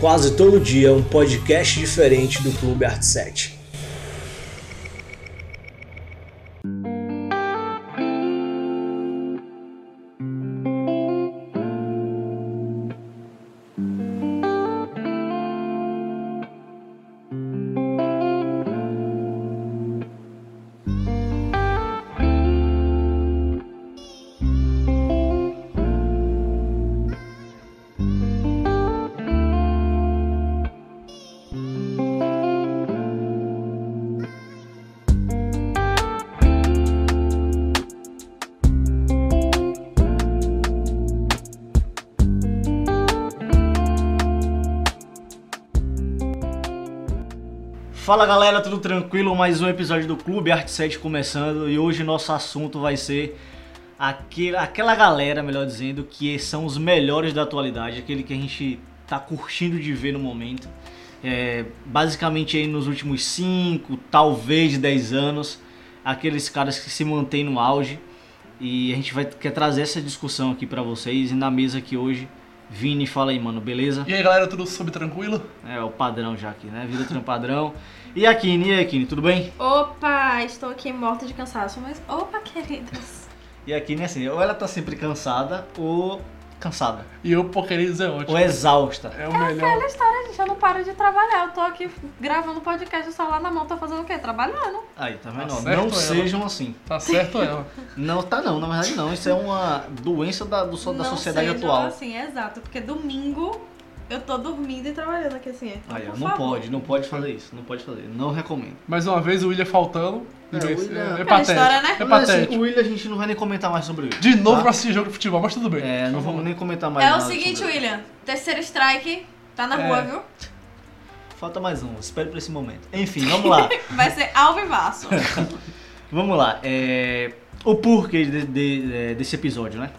Quase todo dia um podcast diferente do Clube Arte 7. Fala galera, tudo tranquilo? Mais um episódio do Clube Arte 7 começando e hoje nosso assunto vai ser aquele, aquela galera, melhor dizendo, que são os melhores da atualidade, aquele que a gente tá curtindo de ver no momento. É, basicamente aí nos últimos 5, talvez 10 anos, aqueles caras que se mantêm no auge e a gente vai quer trazer essa discussão aqui pra vocês e na mesa aqui hoje, Vini, fala aí mano, beleza? E aí galera, tudo sob tranquilo? É o padrão já aqui, né? Vida tram padrão. E a Kine, e aí Kine, tudo bem? Opa, estou aqui morta de cansaço, mas opa, queridos. E a Kine, assim, ou ela tá sempre cansada, ou cansada, E eu Pokéris é ótimo. ou exausta. É o melhor. Aquela história, gente, eu não paro de trabalhar. Eu tô aqui gravando podcast, o celular na mão, tô fazendo o quê? Trabalhando. Aí, tá vendo? Tá Ó, certo não ela. sejam assim. Tá certo ela. Não, tá não, na verdade não. Isso é uma doença da, do, so- da Não sociedade sejam atual. assim, é exato. Porque domingo eu tô dormindo e trabalhando aqui, assim. Então, Aí, ó, por não favor. pode, não pode fazer isso, não pode fazer. Não recomendo. Mais uma vez o William faltando. É, o William- É, é Aquela patético. história, né? É Mas, assim, patético. o William a gente não vai nem comentar mais sobre ele. De novo tá? pra assistir jogo de futebol, mas tudo bem. É, não Por favor. vamos nem comentar mais É o nada seguinte, sobre ele. William. Terceiro strike, tá na É. rua, viu? Falta mais um, espero pra esse momento. Enfim, vamos lá. Vai ser alvivaço. Vamos lá, é... o porquê de- de- é, desse episódio, né?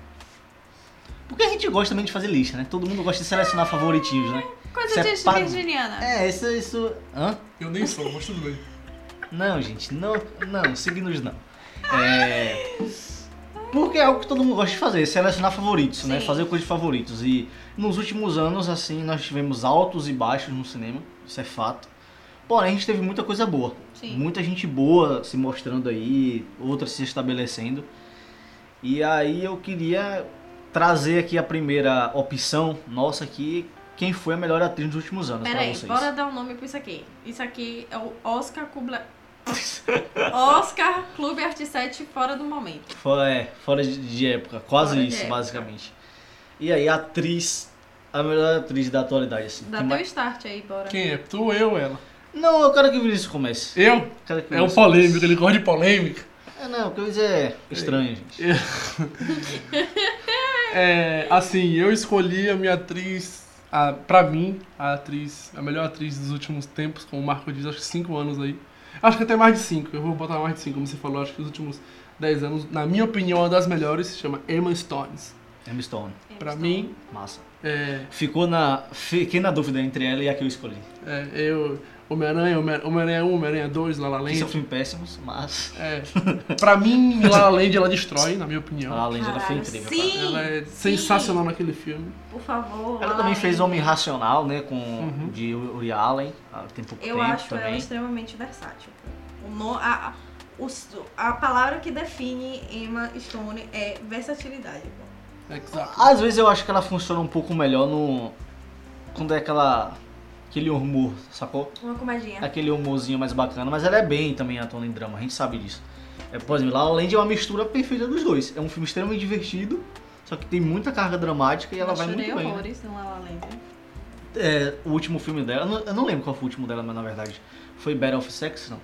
Porque a gente gosta também de fazer lista, né? Todo mundo gosta de selecionar favoritinhos, né? Coisa de Separa- virginiana. É, isso... isso... Hã? Eu nem sou, mas tudo bem. Não, gente, não, não, signos não. É... Porque é algo que todo mundo gosta de fazer, selecionar favoritos, né? Sim. Fazer coisa de favoritos. E nos últimos anos, assim, nós tivemos altos e baixos no cinema, isso é fato. Porém, a gente teve muita coisa boa. Sim. Muita gente boa se mostrando aí, outras se estabelecendo. E aí eu queria trazer aqui a primeira opção nossa aqui, quem foi a melhor atriz nos últimos anos pra Peraí, vocês. bora dar um nome pra isso aqui. Isso aqui é o Oscar Kubla... Oscar Clube Arte 7 fora do momento. Fora, é, fora de, de época, quase Fora de isso, época. basicamente. E aí, a atriz, a melhor atriz da atualidade, assim. Dá que teu mais- start aí, bora. Quem é? Tu, eu, ela. Não, eu quero que o Vinícius comece. Eu? Eu quero que É o Vinícius comece. polêmico, ele gosta de polêmica. É, não, o que eu ia dizer é estranho, gente. É, assim, eu escolhi a minha atriz, a, pra mim, a atriz, a melhor atriz dos últimos tempos, como o Marco diz, acho que 5 anos aí. Acho que até mais de 5, eu vou botar mais de 5, como você falou, acho que os últimos 10 anos, na minha opinião, é uma das melhores, se chama Emma Stones. Emma Stone, Pra mim, massa. é, Ficou na... Fiquei na dúvida entre ela e a que eu escolhi. é, eu, Homem-Aranha, Homem- Homem-Aranha 1, Homem-Aranha 2, La La Que são Land. filmes péssimos, mas... É, pra mim, La La Land, ela destrói, na minha opinião. Ah, A Lenda ela foi Caralho, incrível. sim! cara. Ela é Sim. sensacional naquele filme. Por favor. Ela também ai. fez Homem Racional, né? Com Uhum. de Uri Allen, há tem pouco Eu tempo acho ela também. extremamente versátil. O no- a, a, os- a palavra que define Emma Stone é versatilidade. pô. Exato. Às vezes eu acho que ela funciona um pouco melhor no. Quando é aquela. aquele humor, sacou? Uma comedinha. Aquele humorzinho mais bacana, mas ela é bem também atuando em drama, a gente sabe disso. É, por exemplo, La La Land é uma mistura perfeita dos dois. É um filme extremamente divertido, só que tem muita carga dramática e ela Eu vai chorei muito bem. né? horrores no La La Land. É, o último filme dela, eu não, eu não lembro qual foi o último dela, mas na verdade. Foi Battle of Sex, não?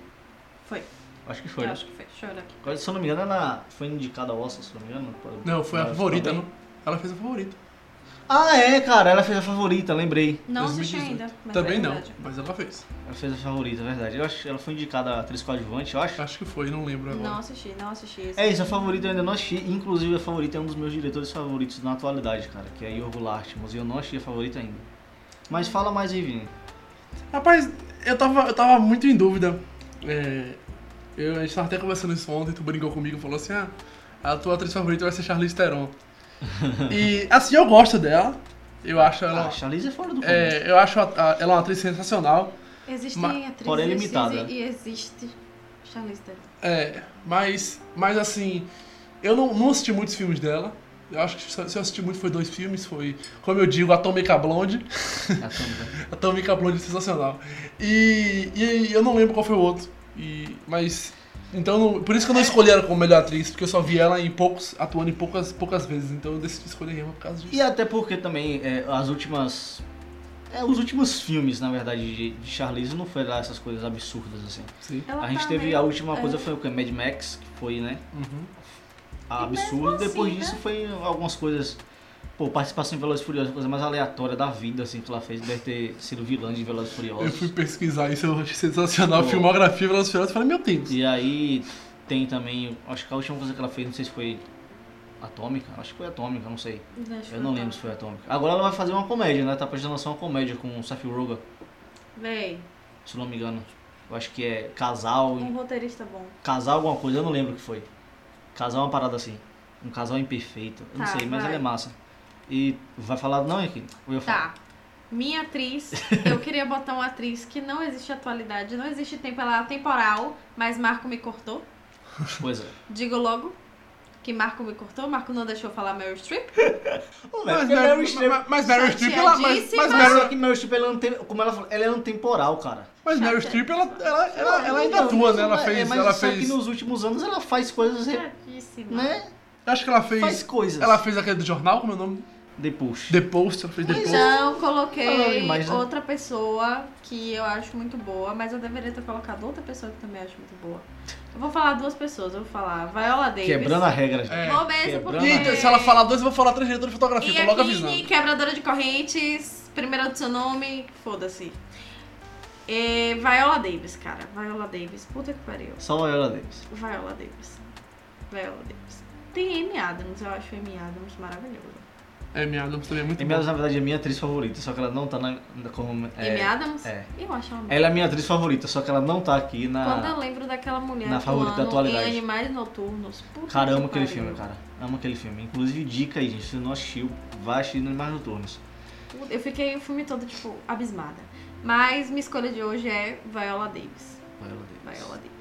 Foi. Acho que foi, Eu né? acho que foi. Chora aqui. Agora, Se eu não me engano, ela foi indicada ao Oscar, se eu não me engano. Não, foi a Ela favorita, ficou não? bem. Ela fez a favorita. Ah, é, cara, ela fez a favorita, lembrei. Não assisti 2018. ainda. mas Também é não, verdade. mas ela fez. Ela fez a favorita, é verdade. Eu acho, ela foi indicada a atriz coadjuvante, eu acho. Acho que foi, não é lembro agora. Não assisti, não assisti. É isso, a favorita eu ainda não achei. Inclusive, a favorita é um dos meus diretores favoritos na atualidade, cara, que é Yorgo Lartimos. E eu não achei a favorita ainda. Mas fala mais aí, Vini. Rapaz, eu tava, eu tava muito em dúvida. É, eu, a gente tava até conversando isso ontem, tu brincou comigo e falou assim, ah, a tua atriz favorita vai ser Charlize Theron. e, assim, eu gosto dela. Eu acho Ah, ela. Charlize é fora do comum. é, eu acho a- a- ela uma atriz sensacional. Existem Ma- atrizes Porém limitada. e existe Charlize Theron. É, mas, mas assim, eu não, não assisti muitos filmes dela. Eu acho que se se eu assisti muito foi dois filmes, foi, como eu digo, Atomica Blonde. né? É A Sandra. Atomica Blonde é sensacional. E, e eu não lembro qual foi o outro. E, mas. Então, não- por isso É. que eu não escolhi ela como melhor atriz, porque eu só vi ela em poucos, atuando em poucas, poucas vezes. Então eu decidi escolher ela por causa disso. E até porque também é, as últimas. É, os últimos filmes, na verdade, de, de Charlize não foi lá essas coisas absurdas assim. Sim. Ela a gente tá teve. meio- A última é. coisa foi o que? Mad Max, que foi, né? Uhum. absurdo. mesmo Depois assim, disso foi algumas coisas. Pô, participação em Velozes e Furiosos, coisa mais aleatória da vida, assim, que ela fez. Deve ter sido vilã de Velozes e Eu fui Furiosos. pesquisar isso, eu achei sensacional. Pô. Filmografia, Velozes e Furiosos, eu falei, meu Deus. E aí tem também. Acho que a última coisa que ela fez, não sei se foi. Atômica? Acho que foi Atômica, não sei. Deixa Eu não lembro se foi Atômica. Agora ela vai fazer uma comédia, né? Tá pra lançar uma comédia com o Seth Rogen, Véi, se não me engano. Eu acho que é Casal. um roteirista bom. Casal alguma coisa, eu não lembro o que foi. Casal é uma parada assim. Um casal imperfeito. Eu não Tá, sei, mas vai. ela é massa. E vai falar, não, aqui. Eu ia falar. Tá. Minha atriz, eu queria botar uma atriz que não existe atualidade, não existe tempo, ela é atemporal, mas Marco me cortou. Pois é. Digo logo que Marco me cortou, Marco não deixou falar Meryl Streep. Mas Porque Meryl Meryl Streep- Streep- mas- mas Meryl Streep, ela. Mas, mas Chateadíssima. Mas Meryl, só que Meryl Streep, ela é ante- como ela falou, ela é antemporal, cara. mas Meryl Streep, ela, ela, ela, ela ainda atua, né? Ela É, fez. mas Ela só que fez. nos últimos anos ela faz coisas, re- Chatíssima. né? Acho que ela Faz fez. coisas. Ela fez aquele do jornal, como é o nome? Depois. The Post, ela fez The é. Post. Falando Então, coloquei demais, né? outra pessoa que eu acho muito boa, mas eu deveria ter colocado outra pessoa que também acho muito boa. Eu vou falar duas pessoas, eu vou falar Viola Davis. Quebrando a regra, gente. É. Vou mesmo, Quebrando a porque... Eita, se ela falar dois, eu vou falar três diretores de fotografia, E tô logo aqui, avisando. quebradora de correntes, primeira do seu nome, foda-se. É, Viola Davis, cara. Viola Davis, puta que pariu. Só a Viola Davis. Viola Davis. Viola Davis. Tem Amy Adams, eu acho Amy Adams maravilhosa. É, minha Adams também é muito Amy Adams, boa. na verdade, é minha atriz favorita, só que ela não tá na. na- Como, é, Amy Adams? é. Eu acho ela Ela é minha atriz favorita, só que ela não tá aqui Quando eu na. lembro daquela mulher na favorita da atuando atualidade. em Animais Noturnos, puta Cara, que amo aquele pariu. filme, cara. Amo aquele filme. Inclusive, dica aí, gente. Se não assistiu, vai assistir no Animais Noturnos. Puta, Eu fiquei o filme todo, tipo, abismada. Mas minha escolha de hoje é Viola Davis. Viola Davis. Viola Davis.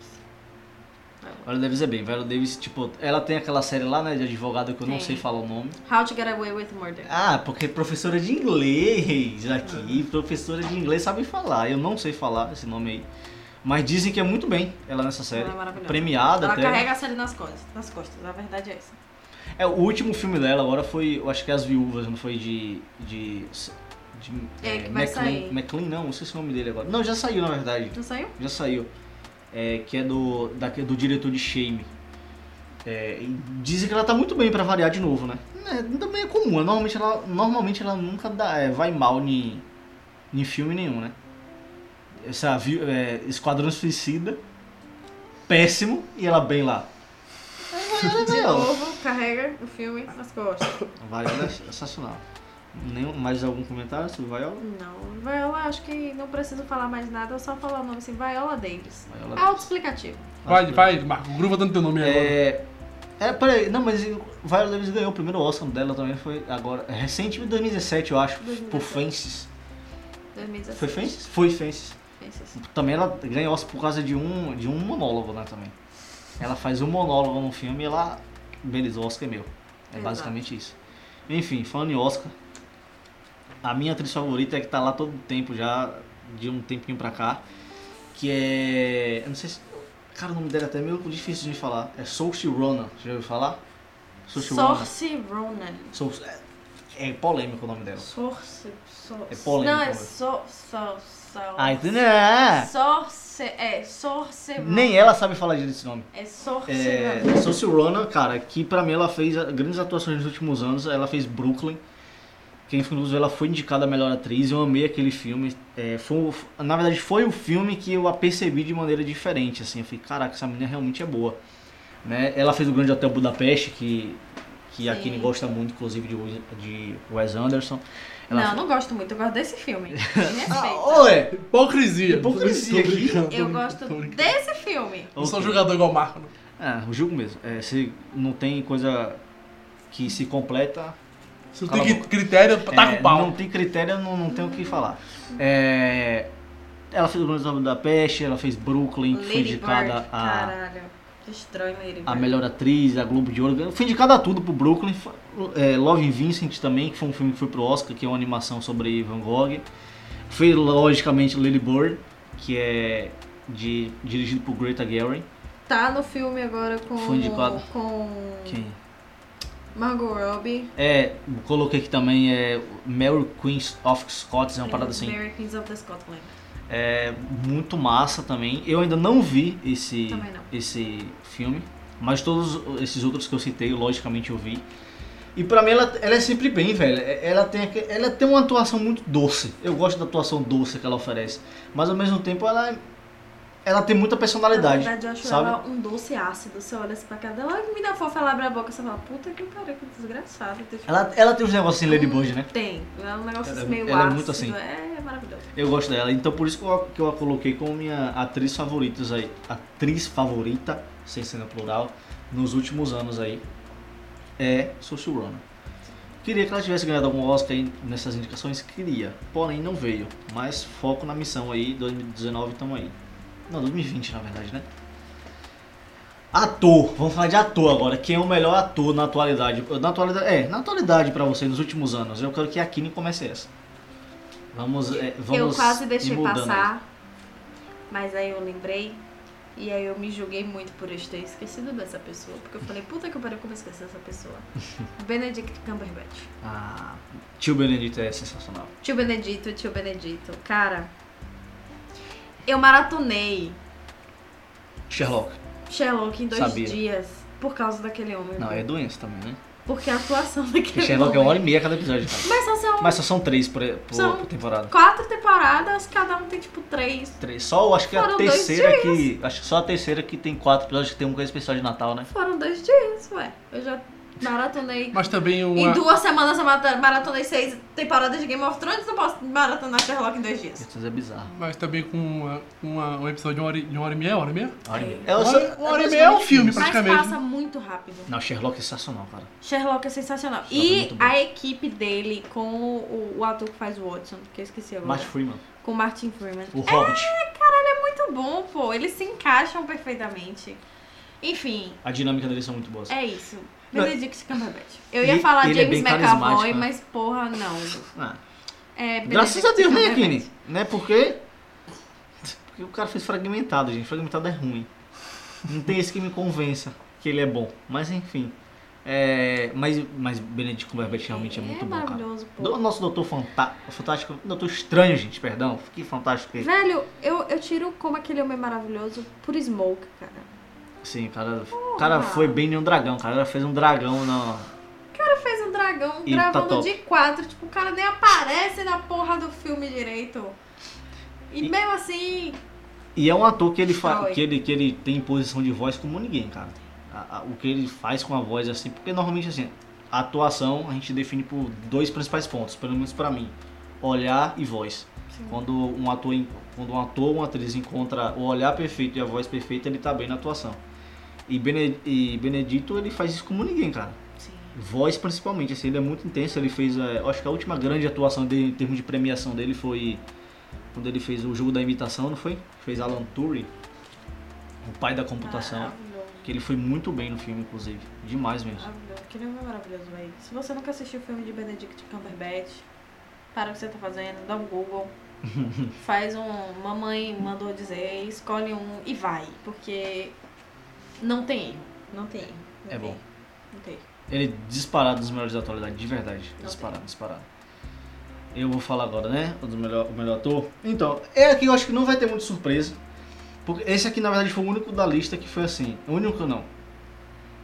Viola. Viola Davis é bem. Viola Davis, tipo, ela tem aquela série lá, né, de advogada que eu não Tem. sei falar o nome. How to Get Away with Murder. Ah, porque é professora de inglês Uhum. aqui, professora de inglês sabe falar. Eu não sei falar esse nome aí. Mas dizem que é muito bem ela nessa série. Ela é maravilhosa. Premiada Ela até. carrega a série nas costas, nas costas, a verdade é essa. É, o último filme dela agora foi, eu acho que é As Viúvas, não foi de. de. de É, que vai McLean, sair. McLean, não, não sei se é o nome dele agora. Não, já saiu na verdade. Não saiu? já saiu, é, que é do, da, do diretor de Shame. É, e dizem que ela tá muito bem pra variar de novo, né? É, também é comum, normalmente ela, normalmente ela nunca dá, é, vai mal em, em filme nenhum, né? Essa, vi- é, Esquadrão Suicida, péssimo, e ela bem lá. É De novo, carrega o filme nas costas. Viola é sensacional. Nenhum, mais algum comentário sobre Viola? Não, Viola, acho que não preciso falar mais nada, é só falar o nome assim, Viola Davis. Viola Auto-explicativo. Vai, vai, Marco, gruva dando teu nome agora. É. É, peraí, não, mas o Viola Davis ganhou o primeiro Oscar dela também, foi agora, é recente, em 2017, eu acho, por 2017. Fences. Foi 2017. Fences? Foi Fences. Fences. Também ela ganhou Oscar por causa de um, de um monólogo, né, também. Ela faz um monólogo no filme e ela, beleza, o Oscar é meu. É Exato. basicamente isso. Enfim, falando em Oscar, a minha atriz favorita é que tá lá todo tempo já, de um tempinho pra cá, que é... Eu não sei se... Cara, o nome dela é até meio difícil de falar. É Saoirse Ronan, já ouviu falar? Saoirse Ronan. Source Ronan. Saoirse- É, é polêmico o nome dela. Source. Source. É polêmico, Não, é né? so, so, so. Ah, entendeu? É. Source. É, Source Ronan. Nem ela sabe falar direito esse nome. É Source É, Ronan. Saoirse Ronan, cara, que pra mim ela fez grandes atuações nos últimos anos. Ela fez Brooklyn, que inclusive ela foi indicada a melhor atriz. Eu amei aquele filme. É, foi, o- na verdade, foi o filme que eu a percebi de maneira diferente. Assim, eu falei, caraca, essa menina realmente é boa. Né? Ela fez o Grande Hotel Budapeste, que, que a Sim. Kine gosta muito, inclusive, de, Wes- de Wes Anderson. Ela Não, não gosto muito, eu gosto desse filme. Me respeita. Ah, olé! Hipocrisia. É Hipocrisia Tô brincando, tô Eu brincando, gosto tô brincando. desse filme. Não sou um Ok. jogador igual o Marco. né? não. É, Ah, eu julgo mesmo. É, se não tem coisa que se completa, Se não Cala tem a cri- critério, taca É, o tá pau. Não tem critério, eu não, não tenho o que falar. É, ela fez o Grande da Peste, ela fez Brooklyn, que foi Lady indicada Bird, a, caralho. Destrói Lady a Bird. melhor atriz, a Globo de Ouro. Foi indicada a tudo pro Brooklyn. Foi- É, Love and Vincent também, que foi um filme que foi pro Oscar, que é uma animação sobre Van Gogh. Fez, logicamente, Lily Bird, que é de, dirigido por Greta Gerwig. Tá no filme agora com. Foi indicado. Com. que- Margot Robbie. É, coloquei aqui também, é Mary Queen of Scots, é uma parada assim. Mary Queens of the Scotland. É muito massa também. Eu ainda não vi esse, Também não. esse filme, mas todos esses outros que eu citei, logicamente eu vi. E pra mim ela, ela é sempre bem, velho. É- Ela tem, aque- ela tem uma atuação muito doce. Eu gosto da atuação doce que ela oferece. Mas ao mesmo tempo ela, ela tem muita personalidade. Na verdade, eu acho sabe? ela um doce ácido. Você olha assim pra cada ela me dá fofa, ela abre a boca, você fala, puta que pariu, que desgraçado. Tem- Ela, ela tem uns negocinhos Hum, Ladybird, né? Tem. É um negócio Ela é- meio ela é ácido. muito assim. É maravilhoso. Eu gosto dela, então por isso que eu, que eu a coloquei como minha atriz favorita aí. Atriz favorita, sem ser no plural, nos últimos anos aí. É Saoirse Ronan. Queria que ela tivesse ganhado algum Oscar aí nessas indicações, queria. Porém não veio. Mas foco na missão aí, 2019 tamo aí. Não, 2020 na verdade, né? Ator, vamos falar de ator agora. Quem é o melhor ator na atualidade? Na atualidade, é, na atualidade pra você, nos últimos anos. Eu quero que a Kine comece essa. Vamos, é, vamos eu quase deixei ir mudando aí. passar, mas aí eu lembrei. E aí eu me julguei muito por eu ter esquecido dessa pessoa. Porque eu falei, puta que pariu, como eu esqueci dessa pessoa. Benedict Cumberbatch. Ah, tio Benedito é sensacional. Tio Benedito, tio Benedito. Cara, eu maratonei Sherlock. Sherlock em dois Sabia. dias por causa daquele homem. Não, pô. é doença também, né? Porque a atuação Porque daquele Sherlock é uma hora homem. e meia cada episódio, cara. Mas só são Mas só são três por, por, São- por temporada. quatro temporadas, cada um tem tipo três. Três. Só eu acho que é a Foram dois terceira que. Acho que só a terceira que tem quatro episódios que tem um com especial de Natal, né? Foram dois dias, ué. Eu já maratonei. Mas também Em uma. duas semanas eu mata- maratonei seis temporadas de Game of Thrones, não posso maratonar Sherlock em dois dias. Isso é bizarro. Mas também com uma, uma- um episódio de uma, hora, e- de uma hora e meia, uma hora e meia? Uma hora e meia. É. É, eu só- Uma hora- uma hora e meia é um filme, Mas praticamente. passa muito rápido. Não, Sherlock é sensacional, cara. Sherlock é sensacional. Sherlock é E muito bom. a equipe dele com o, o ator que faz o Watson, que eu esqueci agora. Martin Freeman. Com Martin Freeman. O Hobbit. Muito bom, pô. Eles se encaixam perfeitamente. Enfim, A dinâmica deles são muito boas. é isso. Não. Benedict Cumberbatch. Eu E ia falar ele é James bem McAvoy, carismático, né? mas porra, não. Ah, É, Benedict graças a Deus, né, Cumberbatch. Kine? Né? Porque. Porque o cara fez fragmentado, gente. Fragmentado é ruim. Não tem esse que me convença que ele é bom. Mas enfim. É, mas, mas Benedict Cumberbatch realmente é, muito bom, cara. maravilhoso, pô. Do, nosso doutor fanta fantástico. Doutor estranho, gente, perdão. Que fantástico. que- Velho, eu, eu tiro como aquele homem maravilhoso por Smoke, cara. Sim, o cara, o cara foi bem de um dragão, cara. Ela fez um dragão na. Ele fez um dragão E tá gravando top. de quatro. Tipo, o cara nem aparece na porra do filme direito. E, E- mesmo assim, E é um ator que ele, fa... Dói. que ele, que ele tem posição de voz como ninguém, cara. A- a- o que ele faz com a voz, assim, porque normalmente, assim, a atuação a gente define por dois principais pontos, pelo menos pra mim: olhar e voz. Quando um ator, en- quando um ator ou uma atriz encontra o olhar perfeito e a voz perfeita, ele tá bem na atuação. E, Bene... e Benedito, ele faz isso como ninguém, cara. sim. Voz principalmente, assim, ele é muito intenso. Ele fez, eh, eu acho que a última grande atuação dele em termos de premiação dele foi quando ele fez o jogo da imitação, não foi? Fez Alan Turing, o pai da computação, Maravilhoso. que ele foi muito bem no filme, inclusive, demais mesmo. Maravilhoso. Aquele homem é maravilhoso, velho. Se você nunca assistiu o filme de Benedict Cumberbatch, para o que você tá fazendo, dá um Google. faz um. Mamãe mandou dizer, escolhe um e vai. Porque não tem erro. Não tem erro. não É tem bom. erro, Não tem. erro. Ele é disparado dos melhores da atualidade, de verdade. Não Disparado, disparado. Eu vou falar agora, né? O, do melhor, o melhor ator. Então, é aqui eu acho que não vai ter muita surpresa. Porque esse aqui, na verdade, foi o único da lista que foi assim. O único não.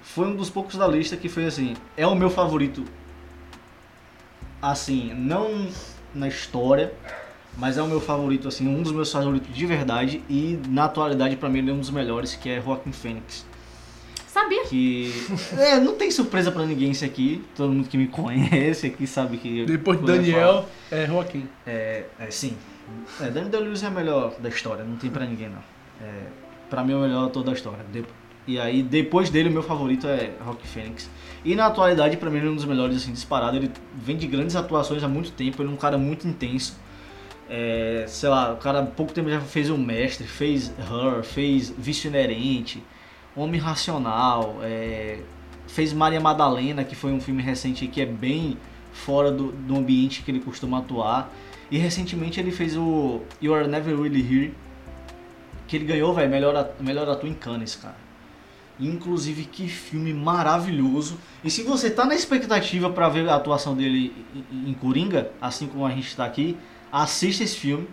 Foi um dos poucos da lista que foi assim. É o meu favorito. Assim, não na história, mas é o meu favorito, assim, um dos meus favoritos de verdade. E na atualidade, pra mim, ele é um dos melhores, que é Joaquim Fênix Sabia? que é, não tem surpresa pra ninguém isso aqui. Todo mundo que me conhece aqui sabe que Depois de eu ia falar. Daniel, é Joaquim. é, é sim. É, Daniel Day-Lewis é a melhor da história, não tem pra ninguém não. É, para mim é o melhor ator da história. De- E aí, depois dele, o meu favorito é Rock Fênix. E na atualidade, pra mim, ele é um dos melhores, assim, disparado. Ele vem de grandes atuações há muito tempo, ele é um cara muito intenso. É, sei lá, o cara há pouco tempo já fez O Mestre, fez Her, fez Vício Inerente, Um Homem Racional, é, fez Maria Madalena, que foi um filme recente que é bem fora do, do ambiente que ele costuma atuar. E recentemente ele fez o You Are Never Really Here, que ele ganhou, velho, melhor, at- melhor ator em Cannes, cara. Inclusive, que filme maravilhoso. E se você tá na expectativa pra ver a atuação dele em em Coringa, assim como a gente tá aqui, assista esse filme.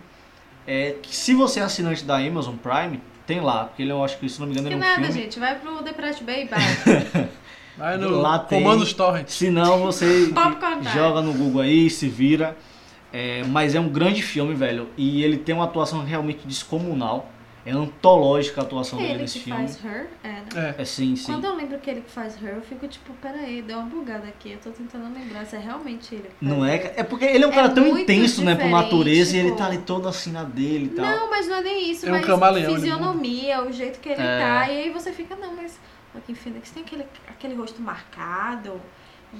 É, que se você é assinante da Amazon Prime, tem lá, porque ele, eu acho que, se não me engano, Que ele é um nada, filme. gente. Vai pro Depressed Bay e baixa. Vai no Lá tem- Comandos Torrent. Se não, você Popcorn Time. joga no Google aí, se vira. É, mas é um grande filme, velho. E ele tem uma atuação realmente descomunal. É antológica a atuação dele ele nesse que filme. faz her. É, né? É. É sim, sim. Quando eu lembro que ele que faz her, eu fico tipo, peraí, deu uma bugada aqui. Eu tô tentando lembrar se é realmente ele. que faz Não é? Her. ca- É porque ele é um É cara tão muito intenso, né, por diferente, natureza, e ele pô. tá ali todo assim na dele e tal. Não, mas não é nem isso. É um mas camaleão, ele fisionomia, o jeito que ele É. tá. E aí você fica, não, mas Joaquim Phoenix tem aquele, aquele rosto marcado.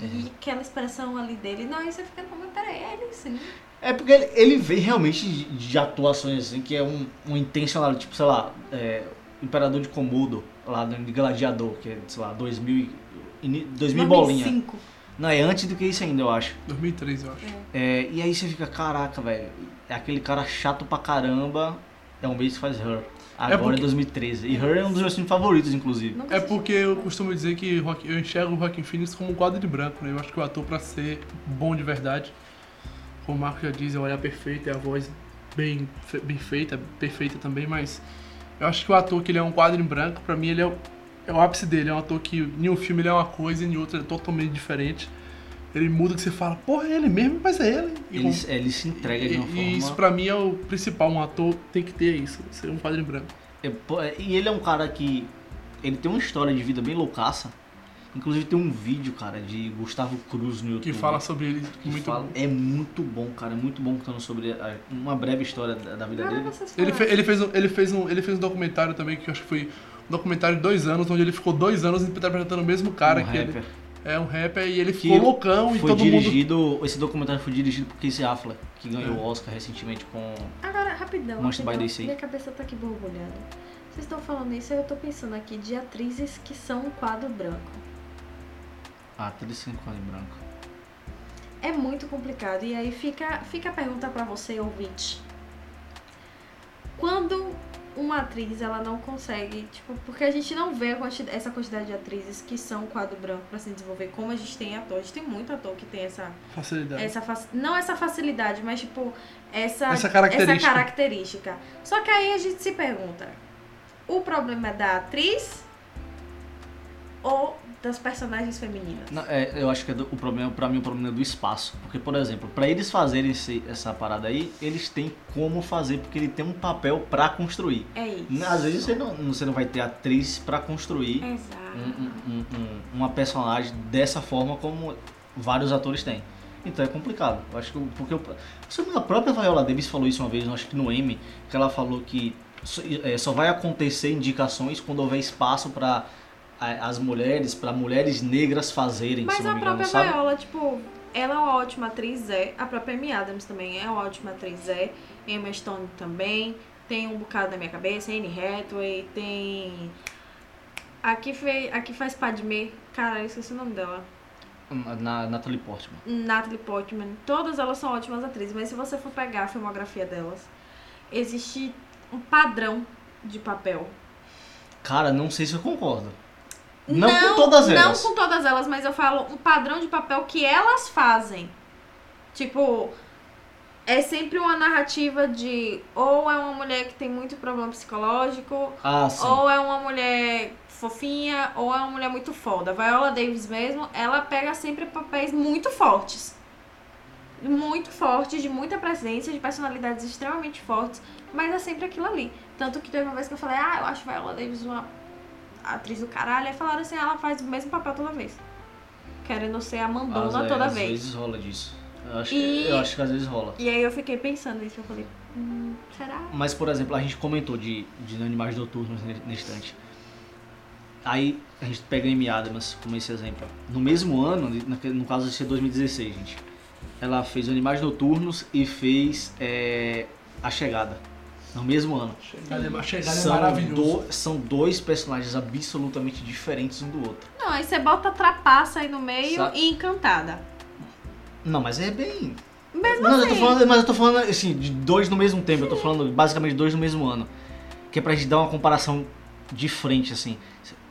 É. E aquela expressão ali dele. Não, aí você fica, não, mas peraí, é ele sim. É porque ele, ele vem realmente de, de atuações assim, que é um, um intencional, tipo, sei lá, é, Imperador de Komodo, lá do de Gladiador, que é, sei lá, 2000, e- ini- 2000 bolinha. 95. Não, é antes do que isso ainda, eu acho. 2003, eu acho. É, e aí você fica, caraca, velho, é aquele cara chato pra caramba, é um mês que faz Her. Agora é, porque- 2013. E Her é um dos meus filmes favoritos, inclusive. Nunca É assisti. porque eu costumo dizer que Rock- eu enxergo o Rockin' Phoenix como um quadro de branco, né? Eu acho que o ator, pra ser bom de verdade, como o Marco já diz, é o olhar perfeito, é a voz bem, fe- bem feita, perfeita também, mas eu acho que o ator, que ele é um quadro em branco, pra mim ele é o, é o ápice dele. É um ator que em um filme ele é uma coisa e em outro ele é totalmente diferente. Ele muda que você fala, porra, é ele mesmo, mas é ele. E Ele, com- ele se entrega de e, uma forma. e isso pra mim é o principal, um ator tem que ter isso, ser um quadro em branco. É, pô, é, E ele é um cara que. Ele tem uma história de vida bem loucaça. Inclusive tem um vídeo, cara, de Gustavo Cruz no YouTube. Que fala sobre ele que muito fala- bom. É muito bom, cara. É muito bom contando sobre a- uma breve história da, da vida Agora dele. vocês Ele, fe- falaram. ele fez, um- ele, fez um, ele fez um documentário também, que eu acho que foi um documentário de dois anos, onde ele ficou dois anos interpretando o mesmo cara. Um que ele, rapper. é um rapper e ele Que ficou loucão e Foi todo mundo. dirigido. Esse documentário foi dirigido por Casey Affleck, que ganhou É. o Oscar recentemente com. Agora, rapidão. Monster by rapidão, the Sea. Minha cabeça tá aqui borbulhando. Vocês estão falando isso, eu tô pensando aqui de atrizes que são um quadro branco. Ah, 35 anos branco. É muito complicado. E aí fica, fica a pergunta pra você, ouvinte. Quando uma atriz ela não consegue, tipo, porque a gente não vê a quanti- essa quantidade de atrizes que são um quadro branco pra se desenvolver, como a gente tem ator. A gente tem muito ator que tem essa, Facilidade. essa fac- não essa facilidade, mas tipo, essa, Essa característica. essa característica. Só que aí a gente se pergunta: o problema é da atriz ou das personagens femininas? Não, é, eu acho que é do- o problema, pra mim, o problema é do espaço. Porque, por exemplo, pra eles fazerem esse- essa parada aí, eles têm como fazer, porque ele tem um papel pra construir. É isso. Às vezes você não, você não vai ter atriz pra construir Exato. um- um- um- um- uma personagem dessa forma como vários atores têm. Então é complicado. Eu acho que o- porque o- se eu não me engano, a própria Viola Davis falou isso uma vez, eu acho que no M, que ela falou que só, é, só vai acontecer indicações quando houver espaço para as mulheres, para mulheres negras fazerem, se Mas eu não a me engano, própria sabe? Viola, tipo, ela é uma ótima atriz, é. A própria Amy Adams também é uma ótima atriz, é. Emma Stone também. Tem um bocado na minha cabeça, Anne Hathaway, tem... Aqui, fe... Aqui faz Padme, cara, eu esqueci o nome dela. Na Natalie Portman. Natalie Portman. Todas elas são ótimas atrizes, mas se você for pegar a filmografia delas, existe um padrão de papel. Cara, não sei se eu concordo. Não, com todas elas. Não com todas elas, mas eu falo um padrão de papel que elas fazem. Tipo, é sempre uma narrativa de ou é uma mulher que tem muito problema psicológico, Ah, sim. ou é uma mulher fofinha, ou é uma mulher muito foda. Viola Davis mesmo, ela pega sempre papéis muito fortes. Muito fortes, de muita presença, de personalidades extremamente fortes, mas é sempre aquilo ali. Tanto que teve uma vez que eu falei, ah, eu acho Viola Davis uma atriz do caralho, aí falaram assim, ela faz o mesmo papel toda vez. Querendo ser a Às- mandona é, toda às vez. vezes rola disso. Eu acho, E- eu acho que às vezes rola. E aí eu fiquei pensando nisso, eu falei, hum, será? Mas, por exemplo, a gente comentou de, de Animais Noturnos ne- nesse instante. Aí a gente pega a Amy Adams como esse exemplo. No mesmo ano, naque- no caso de ser 2016, gente, ela fez Animais Noturnos e fez é, A Chegada. No mesmo ano. Chegada é, chegada é São, maravilhoso. do- são dois personagens absolutamente diferentes um do outro. Não, aí você bota trapaça aí no meio Sa- e encantada. Não, mas é bem. Mesmo Não, eu tô assim. falando, mas eu tô falando assim, de dois no mesmo tempo, eu tô falando basicamente dois no mesmo ano. Que é pra gente dar uma comparação de frente, assim.